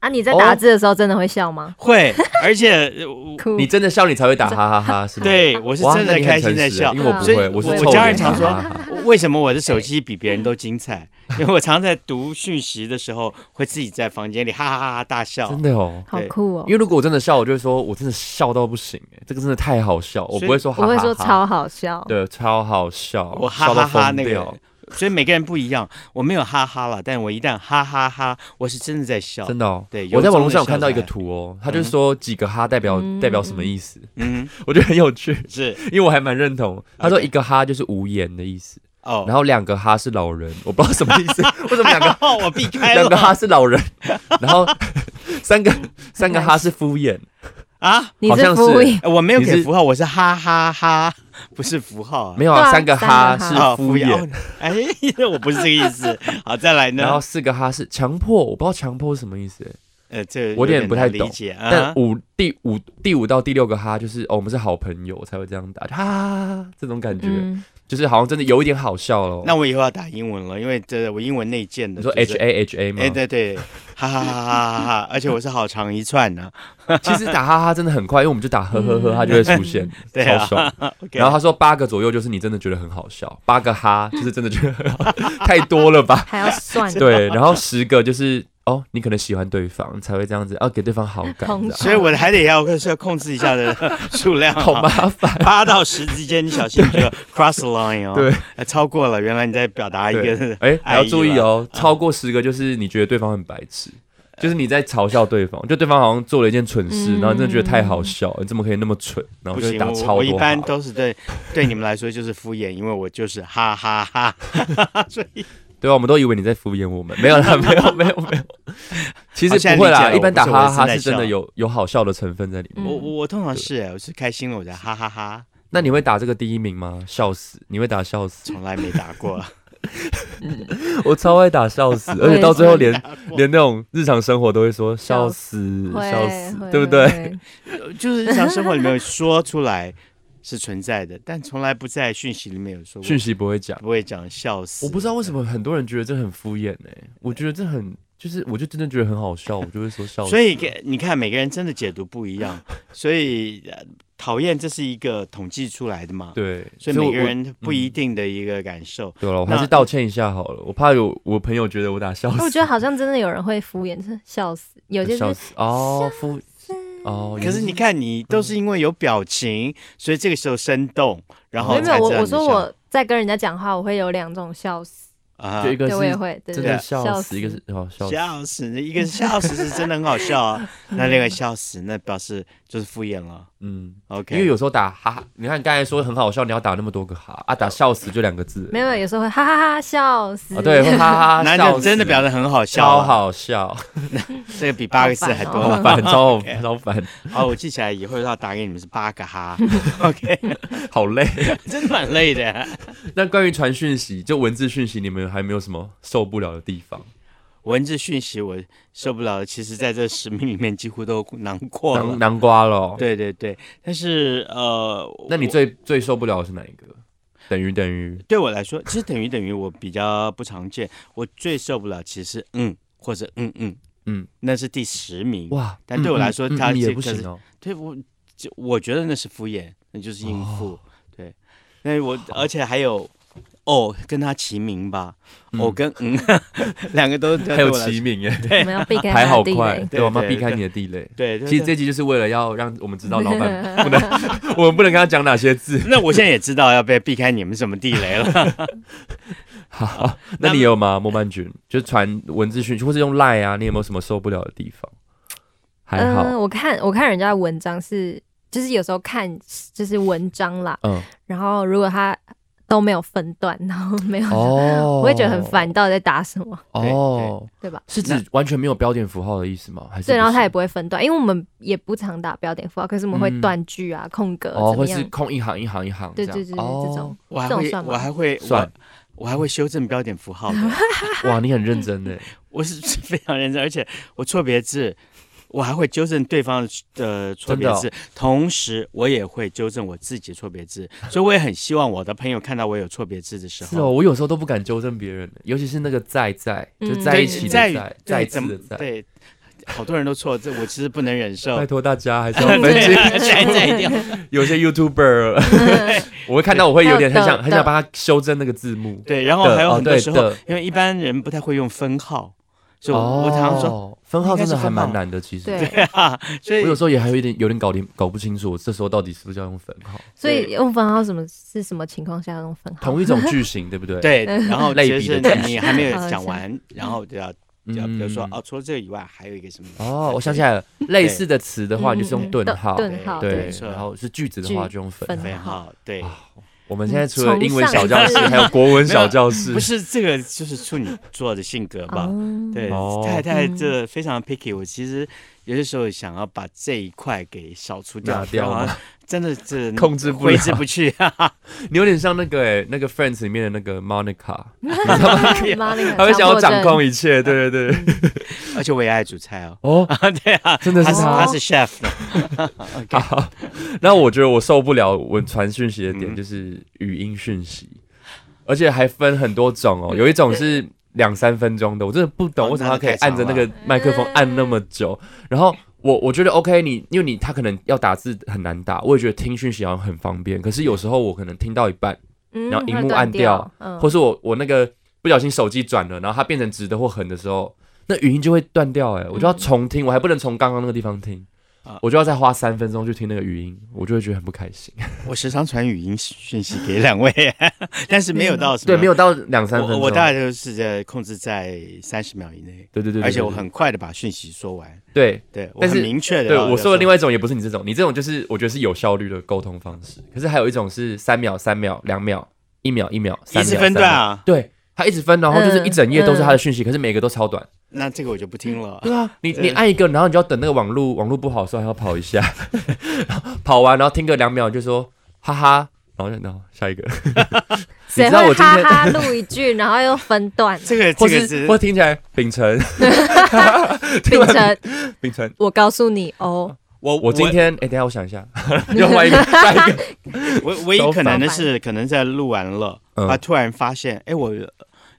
[SPEAKER 3] 啊，你在打字的时候真的会笑吗？
[SPEAKER 4] 会，而且我
[SPEAKER 3] 哭，
[SPEAKER 2] 你真的笑，你才会打哈哈
[SPEAKER 4] [LAUGHS]
[SPEAKER 2] 哈，是吗？
[SPEAKER 4] 对我
[SPEAKER 2] 嗯
[SPEAKER 4] 是
[SPEAKER 2] 哇，
[SPEAKER 4] 真
[SPEAKER 2] 那
[SPEAKER 4] 的
[SPEAKER 2] 你很
[SPEAKER 4] 开心
[SPEAKER 2] 诚
[SPEAKER 4] 在
[SPEAKER 2] 实欸啊
[SPEAKER 4] 笑
[SPEAKER 2] 因。为我不
[SPEAKER 3] 所以
[SPEAKER 2] 会，是
[SPEAKER 3] 我
[SPEAKER 2] 臭
[SPEAKER 4] 我家人
[SPEAKER 2] 脸啊
[SPEAKER 4] 常说
[SPEAKER 2] 哈哈哈
[SPEAKER 4] 为什么我的手机比别人都精彩？因为我常在读讯息的时候，会自己在房间里哈哈哈哈大笑
[SPEAKER 2] [LAUGHS] 真。的哦。
[SPEAKER 3] 好酷哦
[SPEAKER 2] 因！为如果我真的笑，我就会说我真的笑到不行、欸，这个真的太好笑，我
[SPEAKER 4] 所以
[SPEAKER 2] 不会说哈
[SPEAKER 3] 我
[SPEAKER 2] 哈哈，
[SPEAKER 3] 会说超好笑，
[SPEAKER 2] 对，超好笑，
[SPEAKER 4] 我哈
[SPEAKER 2] 笑
[SPEAKER 4] 哈
[SPEAKER 2] 到
[SPEAKER 4] 哈
[SPEAKER 2] 疯
[SPEAKER 4] 那
[SPEAKER 2] 掉
[SPEAKER 4] 个，，所以每个人不一样。我没有哈哈了，但我一旦哈哈哈，我是真的在笑。
[SPEAKER 2] 真的哦。
[SPEAKER 4] 对由
[SPEAKER 2] 我在网络上
[SPEAKER 4] 衷地
[SPEAKER 2] 有看到一
[SPEAKER 4] 笑
[SPEAKER 2] 个
[SPEAKER 4] 出来
[SPEAKER 2] 图哦，他就是说几个哈代表、
[SPEAKER 3] 嗯
[SPEAKER 2] 代表什么意思，
[SPEAKER 4] 嗯，
[SPEAKER 2] 我觉得很有趣，
[SPEAKER 4] 是
[SPEAKER 2] 因为我还蛮认同。他说
[SPEAKER 4] OK
[SPEAKER 2] 一个哈就是无言的意思，
[SPEAKER 4] 哦。
[SPEAKER 2] 然后两个哈是老人，我不知道什么意思，为什么两 [LAUGHS] 个
[SPEAKER 4] 哦， [LAUGHS] 我避开
[SPEAKER 2] 两个
[SPEAKER 4] 了
[SPEAKER 2] 哈是老人，然后三个三个哈是敷衍，
[SPEAKER 4] 啊！
[SPEAKER 3] 你
[SPEAKER 2] 好像
[SPEAKER 3] 是
[SPEAKER 2] 是
[SPEAKER 3] 服务业
[SPEAKER 4] 呃我没有
[SPEAKER 2] 你是
[SPEAKER 4] 给符号，我是哈哈哈，不是符号啊。
[SPEAKER 2] 没有
[SPEAKER 3] 对
[SPEAKER 2] 啊，
[SPEAKER 3] 啊
[SPEAKER 2] 三个
[SPEAKER 3] 三
[SPEAKER 2] 哈
[SPEAKER 3] 个哈
[SPEAKER 2] 是
[SPEAKER 4] 啊，
[SPEAKER 2] 敷衍。
[SPEAKER 4] 哦。哎， [LAUGHS] 我不是这个意思。好，再来
[SPEAKER 2] 然后
[SPEAKER 4] 呢。
[SPEAKER 2] 四个哈是强迫，我不知道强迫是什么意思欸、
[SPEAKER 4] 呃，这
[SPEAKER 2] 我有点
[SPEAKER 4] 难
[SPEAKER 2] 不太懂
[SPEAKER 4] 理解啊。
[SPEAKER 2] 但五第五第五到第六个哈就是哦，我们是好朋友才会这样打，就哈哈哈哈这种感觉，
[SPEAKER 3] 嗯，
[SPEAKER 2] 就是好像真的有一点好笑咯。
[SPEAKER 4] 那我以后要打英文了，因为这我英文内建
[SPEAKER 2] 你
[SPEAKER 4] 的。
[SPEAKER 2] 说
[SPEAKER 4] 就是
[SPEAKER 2] H A H A 吗？
[SPEAKER 4] 哎，对对，哈哈哈哈哈哈！而且我是好长一串呢。
[SPEAKER 2] 其实打哈哈真的很快，因为我们就打呵呵呵，
[SPEAKER 3] 嗯
[SPEAKER 2] 它就会出现，
[SPEAKER 4] 对
[SPEAKER 2] 超
[SPEAKER 4] 啊
[SPEAKER 2] 爽。
[SPEAKER 4] OK
[SPEAKER 2] 然后他说八个左右就是你真的觉得很好笑，八个哈就是真的觉得很 [LAUGHS] 好太多了吧？
[SPEAKER 3] 还要
[SPEAKER 2] [LAUGHS]
[SPEAKER 3] 算，
[SPEAKER 2] 对，然后十个就是哦，你可能喜欢对方才会这样子，要、啊、给对方好感
[SPEAKER 3] 同
[SPEAKER 2] 这样，
[SPEAKER 4] 所以我还得要是要控制一
[SPEAKER 2] [LAUGHS]
[SPEAKER 4] 下的数量啊，
[SPEAKER 2] 好麻
[SPEAKER 4] [LAUGHS]
[SPEAKER 2] 烦。
[SPEAKER 4] 八到十之间，你小心这个 cross line 哦。
[SPEAKER 2] 对
[SPEAKER 4] 呃，超过了，原来你在表达一
[SPEAKER 2] 对
[SPEAKER 4] 个， [LAUGHS]
[SPEAKER 2] 哎，还要
[SPEAKER 4] 爱意
[SPEAKER 2] 注意
[SPEAKER 4] 了
[SPEAKER 2] 哦，超过十个就是你觉得对方很白痴，就是你在嘲笑对方，就对方好像做了一件蠢事，
[SPEAKER 3] 嗯
[SPEAKER 2] 然后你真的觉得太好笑，你怎么可以那么蠢？然后
[SPEAKER 4] 不
[SPEAKER 2] 就会
[SPEAKER 4] 行，
[SPEAKER 2] 打
[SPEAKER 4] 我
[SPEAKER 2] 超
[SPEAKER 4] 我一
[SPEAKER 2] 多
[SPEAKER 4] 般
[SPEAKER 2] 哈。
[SPEAKER 4] 都是对对你们来说就是敷衍，因为我就是哈哈哈。所以
[SPEAKER 2] 对啊，我们都以为你在敷衍我们，没有啦，没有，没有， [LAUGHS] 没有。其
[SPEAKER 4] 好
[SPEAKER 2] 实
[SPEAKER 4] 现在
[SPEAKER 2] 不会
[SPEAKER 4] 理解
[SPEAKER 2] 啦，
[SPEAKER 4] 了
[SPEAKER 2] 一般打
[SPEAKER 4] 我不是
[SPEAKER 2] 哈
[SPEAKER 4] 我
[SPEAKER 2] 哈
[SPEAKER 4] 是在
[SPEAKER 2] 是真的
[SPEAKER 4] 笑
[SPEAKER 2] 有有好笑的成分在里面。
[SPEAKER 3] 嗯
[SPEAKER 4] 我我我通常是哎我是开心了，我在哈哈哈，
[SPEAKER 2] 那你会打这个第一名吗？笑死！你会打笑死？
[SPEAKER 4] 从来没打
[SPEAKER 3] [LAUGHS]
[SPEAKER 4] 过。
[SPEAKER 2] 我超爱打笑死，而且到最后连连那种日常生活都会说笑
[SPEAKER 3] 笑
[SPEAKER 2] 死，
[SPEAKER 3] 会
[SPEAKER 2] 笑死，
[SPEAKER 3] 会
[SPEAKER 2] 对不对？
[SPEAKER 3] 会
[SPEAKER 2] [LAUGHS]
[SPEAKER 4] 就是日常生活里面有说出来是存在的，但从来不在讯息里面有说过
[SPEAKER 2] 讯，息不会讲。
[SPEAKER 4] 不会讲笑死。
[SPEAKER 2] 我不知道为什么很多人觉得这很敷衍呢、我觉得这很就是，我就真的觉得很好笑，我就会说笑死。
[SPEAKER 4] 所以给你看，每个人真的解读不一
[SPEAKER 2] [LAUGHS]
[SPEAKER 4] 样，所以呃讨厌这是一个统计出来的嘛，
[SPEAKER 2] 对，
[SPEAKER 4] 所以每
[SPEAKER 2] 我
[SPEAKER 4] 个
[SPEAKER 2] 我
[SPEAKER 4] 人不一定的一个感受。
[SPEAKER 2] 对了，我还是
[SPEAKER 4] 那
[SPEAKER 2] 道歉一下好了，我怕有我朋友觉得我打笑
[SPEAKER 3] 我
[SPEAKER 2] 死，
[SPEAKER 3] 觉得好像真的有人会敷衍，真的笑死，有些
[SPEAKER 2] 笑
[SPEAKER 3] 是
[SPEAKER 2] 死哦，敷哦，
[SPEAKER 4] 可是你看，你都是因为有表情，所以这个时候生动，然
[SPEAKER 3] 没
[SPEAKER 4] 后
[SPEAKER 3] 有没有，
[SPEAKER 4] 才知
[SPEAKER 3] 我
[SPEAKER 4] 道
[SPEAKER 3] 我
[SPEAKER 4] 你
[SPEAKER 3] 说
[SPEAKER 4] 笑
[SPEAKER 3] 我在跟人家讲话，我会有两种笑死，
[SPEAKER 4] 啊
[SPEAKER 2] 就一个
[SPEAKER 3] 对我也
[SPEAKER 2] 是
[SPEAKER 3] 会，对
[SPEAKER 2] 真
[SPEAKER 3] 对
[SPEAKER 2] 的
[SPEAKER 3] 对，
[SPEAKER 2] 笑死，一个是哦笑死， [LAUGHS]
[SPEAKER 4] 笑死，一个是笑死是真的很好笑啊，那那个笑死，那表示就是敷衍了。
[SPEAKER 2] 嗯，因为
[SPEAKER 4] OK，
[SPEAKER 2] 有时候打哈哈，你看你刚才说很好笑，你要打那么多个哈啊，打笑死就两个字，
[SPEAKER 3] 没有，有时候会哈哈哈笑死。
[SPEAKER 2] 啊，对，会
[SPEAKER 4] [LAUGHS]
[SPEAKER 2] 哈哈，
[SPEAKER 4] 那
[SPEAKER 2] 笑
[SPEAKER 4] 就
[SPEAKER 2] 死
[SPEAKER 4] 真的表得很好笑
[SPEAKER 2] 超
[SPEAKER 4] 啊，
[SPEAKER 2] 好
[SPEAKER 4] [LAUGHS]
[SPEAKER 2] 笑，
[SPEAKER 4] 这个比八个字还多
[SPEAKER 2] 超
[SPEAKER 4] 了。
[SPEAKER 2] [LAUGHS] 烦，哦
[SPEAKER 4] [LAUGHS]
[SPEAKER 2] 超烦超烦，
[SPEAKER 4] 好，我记起来以后要打给你们是八
[SPEAKER 2] [LAUGHS]
[SPEAKER 4] 个哈。OK，
[SPEAKER 2] 好累。 [LAUGHS]
[SPEAKER 4] 真的蛮累的。
[SPEAKER 2] 那关于传讯息，就文字讯息，你们还没有什么受不了的地方？
[SPEAKER 4] [LAUGHS] 文字讯息我受不了了，其实在这十名里面几乎都囊括
[SPEAKER 2] 南
[SPEAKER 4] 了。
[SPEAKER 2] 南瓜咯。
[SPEAKER 4] 对对对，但是呃，
[SPEAKER 2] 那你
[SPEAKER 4] 我
[SPEAKER 2] 最最受不了的是哪一个？等于等于
[SPEAKER 4] 对我来说，其实等于等于我比较不常见，我最受不了其实是嗯或者嗯嗯
[SPEAKER 2] 嗯，
[SPEAKER 4] 那是第十名。
[SPEAKER 2] 哇！
[SPEAKER 4] 但对我来说
[SPEAKER 2] 嗯嗯
[SPEAKER 4] 它
[SPEAKER 2] 嗯也
[SPEAKER 4] 这
[SPEAKER 2] 不
[SPEAKER 4] 个是
[SPEAKER 2] 行哦。
[SPEAKER 4] 对我就我觉得那是敷衍，那就是应
[SPEAKER 2] 哦
[SPEAKER 4] 付。对，那我而且还有哦跟他齐名吧，哦跟嗯 [LAUGHS] 两个都
[SPEAKER 2] 还
[SPEAKER 4] 还
[SPEAKER 2] 有齐名耶，
[SPEAKER 3] 我们要避开
[SPEAKER 2] 排
[SPEAKER 3] 他
[SPEAKER 2] 好
[SPEAKER 3] 的地
[SPEAKER 2] 快，
[SPEAKER 3] 雷。
[SPEAKER 2] 对，我们要
[SPEAKER 4] 对
[SPEAKER 2] 避开
[SPEAKER 4] 对
[SPEAKER 2] 你的地雷。
[SPEAKER 4] 对，对
[SPEAKER 2] 其实
[SPEAKER 4] 对
[SPEAKER 2] 这集就是为了要让我们知道
[SPEAKER 3] [LAUGHS]
[SPEAKER 2] 老板不能，我们不能跟他讲哪些字。
[SPEAKER 4] 那我现在也知道要被避开你们什么地雷
[SPEAKER 2] [LAUGHS]
[SPEAKER 4] 了。
[SPEAKER 2] 好，那你有吗？莫曼君，就是传文字讯息或是用赖啊，你有没有什么受不了的地方？还好，
[SPEAKER 3] 嗯，我看我看人家的文章是，就是有时候看就是文章啦，
[SPEAKER 2] 嗯，
[SPEAKER 3] 然后如果他都没有分段，然后没 [LAUGHS] 有，
[SPEAKER 2] 哦，
[SPEAKER 3] 我会觉得很烦，你到底在打什么，
[SPEAKER 2] 哦，
[SPEAKER 3] 对吧？
[SPEAKER 2] 是指完全没有标点符号的意思吗？还是
[SPEAKER 3] 对，然后他也
[SPEAKER 2] 不
[SPEAKER 3] 不会分段，因为我们也不常打标点符号，可是我们会
[SPEAKER 2] 嗯
[SPEAKER 3] 断句啊、空格
[SPEAKER 2] 是哦，
[SPEAKER 3] 怎
[SPEAKER 2] 会
[SPEAKER 3] 么
[SPEAKER 2] 是
[SPEAKER 3] 样？
[SPEAKER 2] 空一行一行一行
[SPEAKER 3] 对
[SPEAKER 2] 这样
[SPEAKER 3] 对对对，
[SPEAKER 2] 哦
[SPEAKER 3] 这种
[SPEAKER 4] 我还
[SPEAKER 3] 这种
[SPEAKER 4] 会
[SPEAKER 3] 算吗
[SPEAKER 4] 我还会我
[SPEAKER 2] 算
[SPEAKER 4] 我还会修正标点符号的。
[SPEAKER 2] 哇，你很认真欸呢。
[SPEAKER 4] 我是非常认真，而且我错别字，我还会纠正对方的错
[SPEAKER 2] 哦
[SPEAKER 4] 别字，同时我也会纠正我自己错别字，所以我也很希望我的朋友看到我有错别字的
[SPEAKER 2] [LAUGHS]
[SPEAKER 4] 时
[SPEAKER 2] 是哦，
[SPEAKER 4] 候，
[SPEAKER 2] 我有时候都不敢纠正别人，欸尤其是那个在在，就
[SPEAKER 3] 嗯
[SPEAKER 2] 在一起的
[SPEAKER 4] 对在于
[SPEAKER 2] 在，
[SPEAKER 4] 对
[SPEAKER 2] 再
[SPEAKER 4] 怎
[SPEAKER 2] 次
[SPEAKER 4] 么
[SPEAKER 2] 的在。
[SPEAKER 4] 对，好多人都错，这我其实不能忍受
[SPEAKER 2] 拜。托大家还是要分
[SPEAKER 4] [LAUGHS] 对
[SPEAKER 2] 清，
[SPEAKER 4] 在在一定
[SPEAKER 2] [LAUGHS]
[SPEAKER 4] 要
[SPEAKER 2] 有
[SPEAKER 4] [LAUGHS]
[SPEAKER 2] 些 YouTuber，我
[SPEAKER 4] 嗯
[SPEAKER 2] 会看到我会有点很想很想帮他修正那个字幕。
[SPEAKER 4] 对，然后
[SPEAKER 2] 的
[SPEAKER 4] 还有
[SPEAKER 2] 哦
[SPEAKER 4] 很多
[SPEAKER 2] 对
[SPEAKER 4] 时候
[SPEAKER 2] 的，
[SPEAKER 4] 因为一般人不太会用分号，所以我
[SPEAKER 2] 哦，
[SPEAKER 4] 我常常说，
[SPEAKER 2] 分号真的还
[SPEAKER 4] 应该是分
[SPEAKER 2] 蛮
[SPEAKER 4] 号
[SPEAKER 2] 难的，其实。
[SPEAKER 3] 对，
[SPEAKER 4] 所
[SPEAKER 2] 我有
[SPEAKER 4] 以
[SPEAKER 2] 时候也还有一点有点搞定搞不清楚，我这时候到底是不是要用分号？
[SPEAKER 3] 所以用分号什么是什么情况下用分号？
[SPEAKER 2] 同一种句 [LAUGHS] 型，对不对？，
[SPEAKER 4] 对，然后
[SPEAKER 2] 类
[SPEAKER 4] 就
[SPEAKER 2] 比
[SPEAKER 4] 是
[SPEAKER 2] 的嗯
[SPEAKER 4] 你还没有
[SPEAKER 3] 好
[SPEAKER 4] 讲
[SPEAKER 3] 是
[SPEAKER 4] 完，然后就要要比如说哦，除了这个以外还有一个什么？
[SPEAKER 2] 哦，我想起来了，类似的词的话，
[SPEAKER 3] 嗯
[SPEAKER 2] 你就是
[SPEAKER 3] 嗯
[SPEAKER 2] 用
[SPEAKER 3] 嗯
[SPEAKER 2] 顿
[SPEAKER 3] 顿
[SPEAKER 2] 号，
[SPEAKER 3] 顿号
[SPEAKER 2] 对
[SPEAKER 4] 没，错
[SPEAKER 2] 然后是句子的话
[SPEAKER 3] 句
[SPEAKER 2] 就用分
[SPEAKER 3] 分
[SPEAKER 2] 号。
[SPEAKER 4] 很好，对，
[SPEAKER 2] 我们现在除了
[SPEAKER 3] 从
[SPEAKER 2] 英文
[SPEAKER 3] 上
[SPEAKER 2] 小教室，
[SPEAKER 3] 次
[SPEAKER 2] 还有国文小教室
[SPEAKER 4] [LAUGHS] 不，是这个就是处女座的性格吧？
[SPEAKER 2] [LAUGHS]
[SPEAKER 3] 哦
[SPEAKER 4] 对
[SPEAKER 2] 哦，
[SPEAKER 4] 太太
[SPEAKER 3] 嗯
[SPEAKER 4] 这非常 picky，我其实有些时候想要把这一块给扫除掉
[SPEAKER 2] 拿，掉
[SPEAKER 4] 然后
[SPEAKER 2] 吗
[SPEAKER 4] 真的是
[SPEAKER 2] 控制不了
[SPEAKER 4] 挥之不去。
[SPEAKER 2] 你有点像那个哎，那个 Friends 里面的那个 Monica，
[SPEAKER 3] 妈那个
[SPEAKER 2] 他会想要掌
[SPEAKER 3] 强迫症
[SPEAKER 2] 控一切，对对对。
[SPEAKER 4] 而且我也爱煮菜哦，
[SPEAKER 2] 哦，
[SPEAKER 4] 对 [LAUGHS] 啊，
[SPEAKER 2] 真的是
[SPEAKER 4] 他是
[SPEAKER 2] 他
[SPEAKER 4] 他是 chef 呢，
[SPEAKER 2] 好， [LAUGHS] 那我觉得我受不了文传讯息的点
[SPEAKER 4] 嗯
[SPEAKER 2] 就是语音讯息，而且还分很多种哦，有一种是两三分钟的，我真的不懂
[SPEAKER 4] 哦
[SPEAKER 2] 为什么他可以
[SPEAKER 4] 那太
[SPEAKER 2] 按
[SPEAKER 4] 长
[SPEAKER 2] 着那
[SPEAKER 4] 了
[SPEAKER 2] 个麦克风按那么久。然后我我觉得 OK，你因为你他可能要打字很难打，我也觉得听讯息好像很方便，可是有时候我可能听到一半，
[SPEAKER 3] 嗯
[SPEAKER 2] 然后荧
[SPEAKER 3] 会
[SPEAKER 2] 幕
[SPEAKER 3] 断
[SPEAKER 2] 按掉，
[SPEAKER 3] 嗯
[SPEAKER 2] 或是我我那个不小心手机转了，然后它变成直的或横的时候，那语音就会断掉、哎，我就要重听，我还不能从刚刚那个地方听
[SPEAKER 4] 啊。
[SPEAKER 2] 我就要再花三分钟去听那个语音，我就会觉得很不开心。
[SPEAKER 4] 我时常传语音讯息给两位， [LAUGHS] 但是没有到什么
[SPEAKER 2] 对，没有到两三分
[SPEAKER 4] 我
[SPEAKER 2] 钟。
[SPEAKER 4] 我大概就是在控制在三十秒以内，
[SPEAKER 2] 对对对对，
[SPEAKER 4] 而且我
[SPEAKER 2] 对
[SPEAKER 4] 很快的把讯息说完。
[SPEAKER 2] 对
[SPEAKER 4] 对，我
[SPEAKER 2] 但是
[SPEAKER 4] 很明确的。
[SPEAKER 2] 对我说的另
[SPEAKER 4] 外，
[SPEAKER 2] 外一种也不是你这种，你这种就是我觉得是有效率的沟通方式。可是还有一种是三秒、三秒、两秒、一秒、一秒，
[SPEAKER 4] 一
[SPEAKER 2] 三
[SPEAKER 4] 直
[SPEAKER 2] 秒
[SPEAKER 4] 分段。
[SPEAKER 2] 三秒
[SPEAKER 4] 啊，
[SPEAKER 2] 对，他一直分，然后就是一整页都是他的讯息，可是每个都超短。
[SPEAKER 4] 那这个我就不听了。
[SPEAKER 2] [LAUGHS] 对啊，你你按一个，然后你就要等那个网络网络不好的时候还要跑一下， [LAUGHS] 跑完然后听个两秒你就说哈哈，然后就然后下
[SPEAKER 3] [LAUGHS]
[SPEAKER 2] 一个，你
[SPEAKER 3] 谁
[SPEAKER 2] 知道
[SPEAKER 3] 会
[SPEAKER 2] 我今
[SPEAKER 3] 哈
[SPEAKER 2] 天
[SPEAKER 3] 哈录一句，然后又分
[SPEAKER 2] [LAUGHS]
[SPEAKER 3] 段？
[SPEAKER 4] 这个
[SPEAKER 2] 或
[SPEAKER 4] 这
[SPEAKER 2] 是
[SPEAKER 4] 个是
[SPEAKER 2] 或听起来秉承
[SPEAKER 3] 秉承
[SPEAKER 2] [LAUGHS] 秉承，
[SPEAKER 3] 我告诉你
[SPEAKER 2] [LAUGHS]
[SPEAKER 3] 哦，
[SPEAKER 4] 我
[SPEAKER 2] 我今天哎、等一下我想一下， [LAUGHS] 要换一个下一个，
[SPEAKER 4] 我唯
[SPEAKER 2] 手法
[SPEAKER 4] 一可能的是，可能在录完了，
[SPEAKER 2] 嗯
[SPEAKER 4] 啊，突然发现，哎，我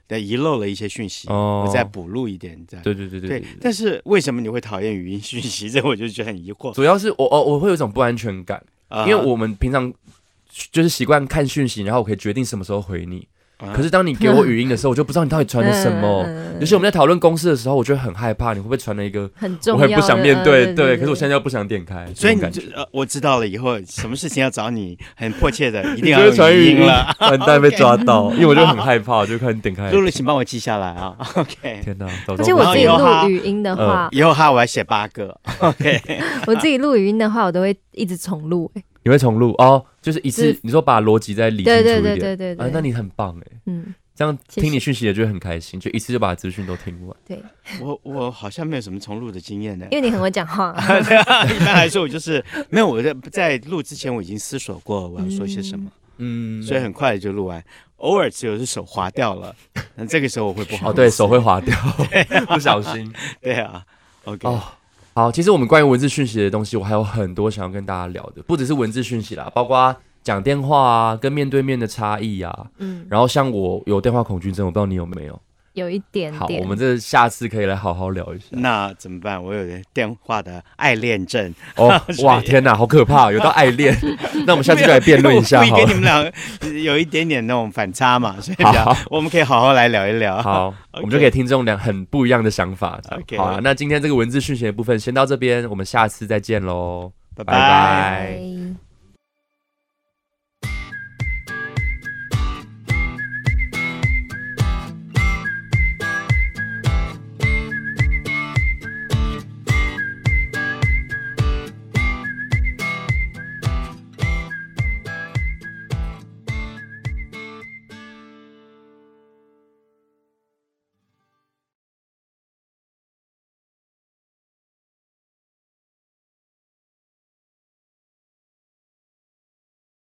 [SPEAKER 4] 的遗漏了一些讯息，
[SPEAKER 2] 哦
[SPEAKER 4] 我再补录一点，这样。
[SPEAKER 2] 对对对对对
[SPEAKER 4] 对，但是为什么你会讨厌语音讯息？ [LAUGHS] 这我就觉得很疑惑。
[SPEAKER 2] 主要是我哦我会有一种不安全感，
[SPEAKER 4] 啊
[SPEAKER 2] 因为我们平常就是习惯看讯息，然后我可以决定什么时候回你。
[SPEAKER 4] 可
[SPEAKER 2] 可是当你给我语音的时候，我就不知道你到底传了什么。
[SPEAKER 3] [LAUGHS] 嗯
[SPEAKER 2] 尤其我们在讨论公式的时候，我就很害怕，你会不会传了一个
[SPEAKER 3] 很
[SPEAKER 2] 我
[SPEAKER 3] 重要
[SPEAKER 2] 很
[SPEAKER 3] 的，
[SPEAKER 2] 不想面对？
[SPEAKER 3] 嗯对，
[SPEAKER 2] 对，可是我现在又不想点开，
[SPEAKER 4] 所
[SPEAKER 2] 这
[SPEAKER 4] 以你
[SPEAKER 2] 种感
[SPEAKER 4] 就
[SPEAKER 2] 觉
[SPEAKER 4] 呃，我知道了，以后什么事情要找你，很迫切的，一定
[SPEAKER 2] 你
[SPEAKER 4] 要
[SPEAKER 2] 就
[SPEAKER 4] [LAUGHS]
[SPEAKER 2] 会传
[SPEAKER 4] 用
[SPEAKER 2] 语
[SPEAKER 4] 语音了。
[SPEAKER 2] [LAUGHS] 完蛋被抓
[SPEAKER 4] [LAUGHS]
[SPEAKER 2] 到，因为我就很害怕，我就看你点开。
[SPEAKER 4] 露露，请帮我记下来啊。OK，
[SPEAKER 2] 天哪，早知道
[SPEAKER 3] 而且
[SPEAKER 2] 不
[SPEAKER 3] 我自己
[SPEAKER 4] 然后以后
[SPEAKER 3] 录
[SPEAKER 4] 哈
[SPEAKER 3] 语音的话，
[SPEAKER 4] 以后哈我要写八个。OK，
[SPEAKER 2] [LAUGHS]
[SPEAKER 3] 我自己录语音的话，我都会一直重录。哎
[SPEAKER 2] 你会重录哦，就是一
[SPEAKER 3] 就
[SPEAKER 2] 次
[SPEAKER 3] 是，
[SPEAKER 2] 你说把逻辑再理清楚
[SPEAKER 3] 对
[SPEAKER 2] 一
[SPEAKER 3] 对
[SPEAKER 2] 点，
[SPEAKER 3] 对对对对，
[SPEAKER 2] 啊，那你很棒哎，
[SPEAKER 3] 嗯，
[SPEAKER 2] 这样
[SPEAKER 3] 谢谢
[SPEAKER 2] 听你讯息也觉得很开心，就一次就把资讯都听完。
[SPEAKER 3] 对，
[SPEAKER 4] 我我好像没有什么重录的经 [LAUGHS] 验呢。
[SPEAKER 3] 因为你很会讲
[SPEAKER 2] [LAUGHS]
[SPEAKER 3] 话，
[SPEAKER 4] 一般来说，我就是没有我在在录之前，我已经思索过我要说些什么，
[SPEAKER 2] 嗯
[SPEAKER 4] 所以很快就录完。偶尔只有是手滑掉 [LAUGHS] 了，那这个时候我会不好。
[SPEAKER 2] 哦，对，手会滑
[SPEAKER 3] [LAUGHS]
[SPEAKER 2] 掉，不小心。
[SPEAKER 4] 对啊。OK，
[SPEAKER 2] 哦，好，其实我们关于文字讯息的东西，我还有很多想要跟大家聊的，不只是文字讯息啦，包括讲电话啊，跟面对面的差异啊。
[SPEAKER 3] 嗯，
[SPEAKER 2] 然后像我有电话恐惧症，我不知道你有没有。
[SPEAKER 3] 有一点
[SPEAKER 2] 好，
[SPEAKER 3] 点。
[SPEAKER 2] 我们这下次可以来好好聊一下。
[SPEAKER 4] 那怎么办？我有点电话的爱恋症， [LAUGHS]
[SPEAKER 2] 哦，哇，天哪，好可怕，有到爱恋。那我们下次就来辩论一下
[SPEAKER 4] 我故
[SPEAKER 2] 好
[SPEAKER 4] 意跟你
[SPEAKER 2] 了。
[SPEAKER 4] 们俩有一点点那种反差嘛，所以
[SPEAKER 2] 好
[SPEAKER 4] 比较我们可以好好来聊一 [LAUGHS] 聊。
[SPEAKER 2] 好，我们就给听众两很不一样的想法。
[SPEAKER 4] OK
[SPEAKER 2] 好了，那今天这个文字讯息的部分先到这边，我们下次再见喽，
[SPEAKER 4] 拜拜
[SPEAKER 2] 拜拜
[SPEAKER 3] 拜。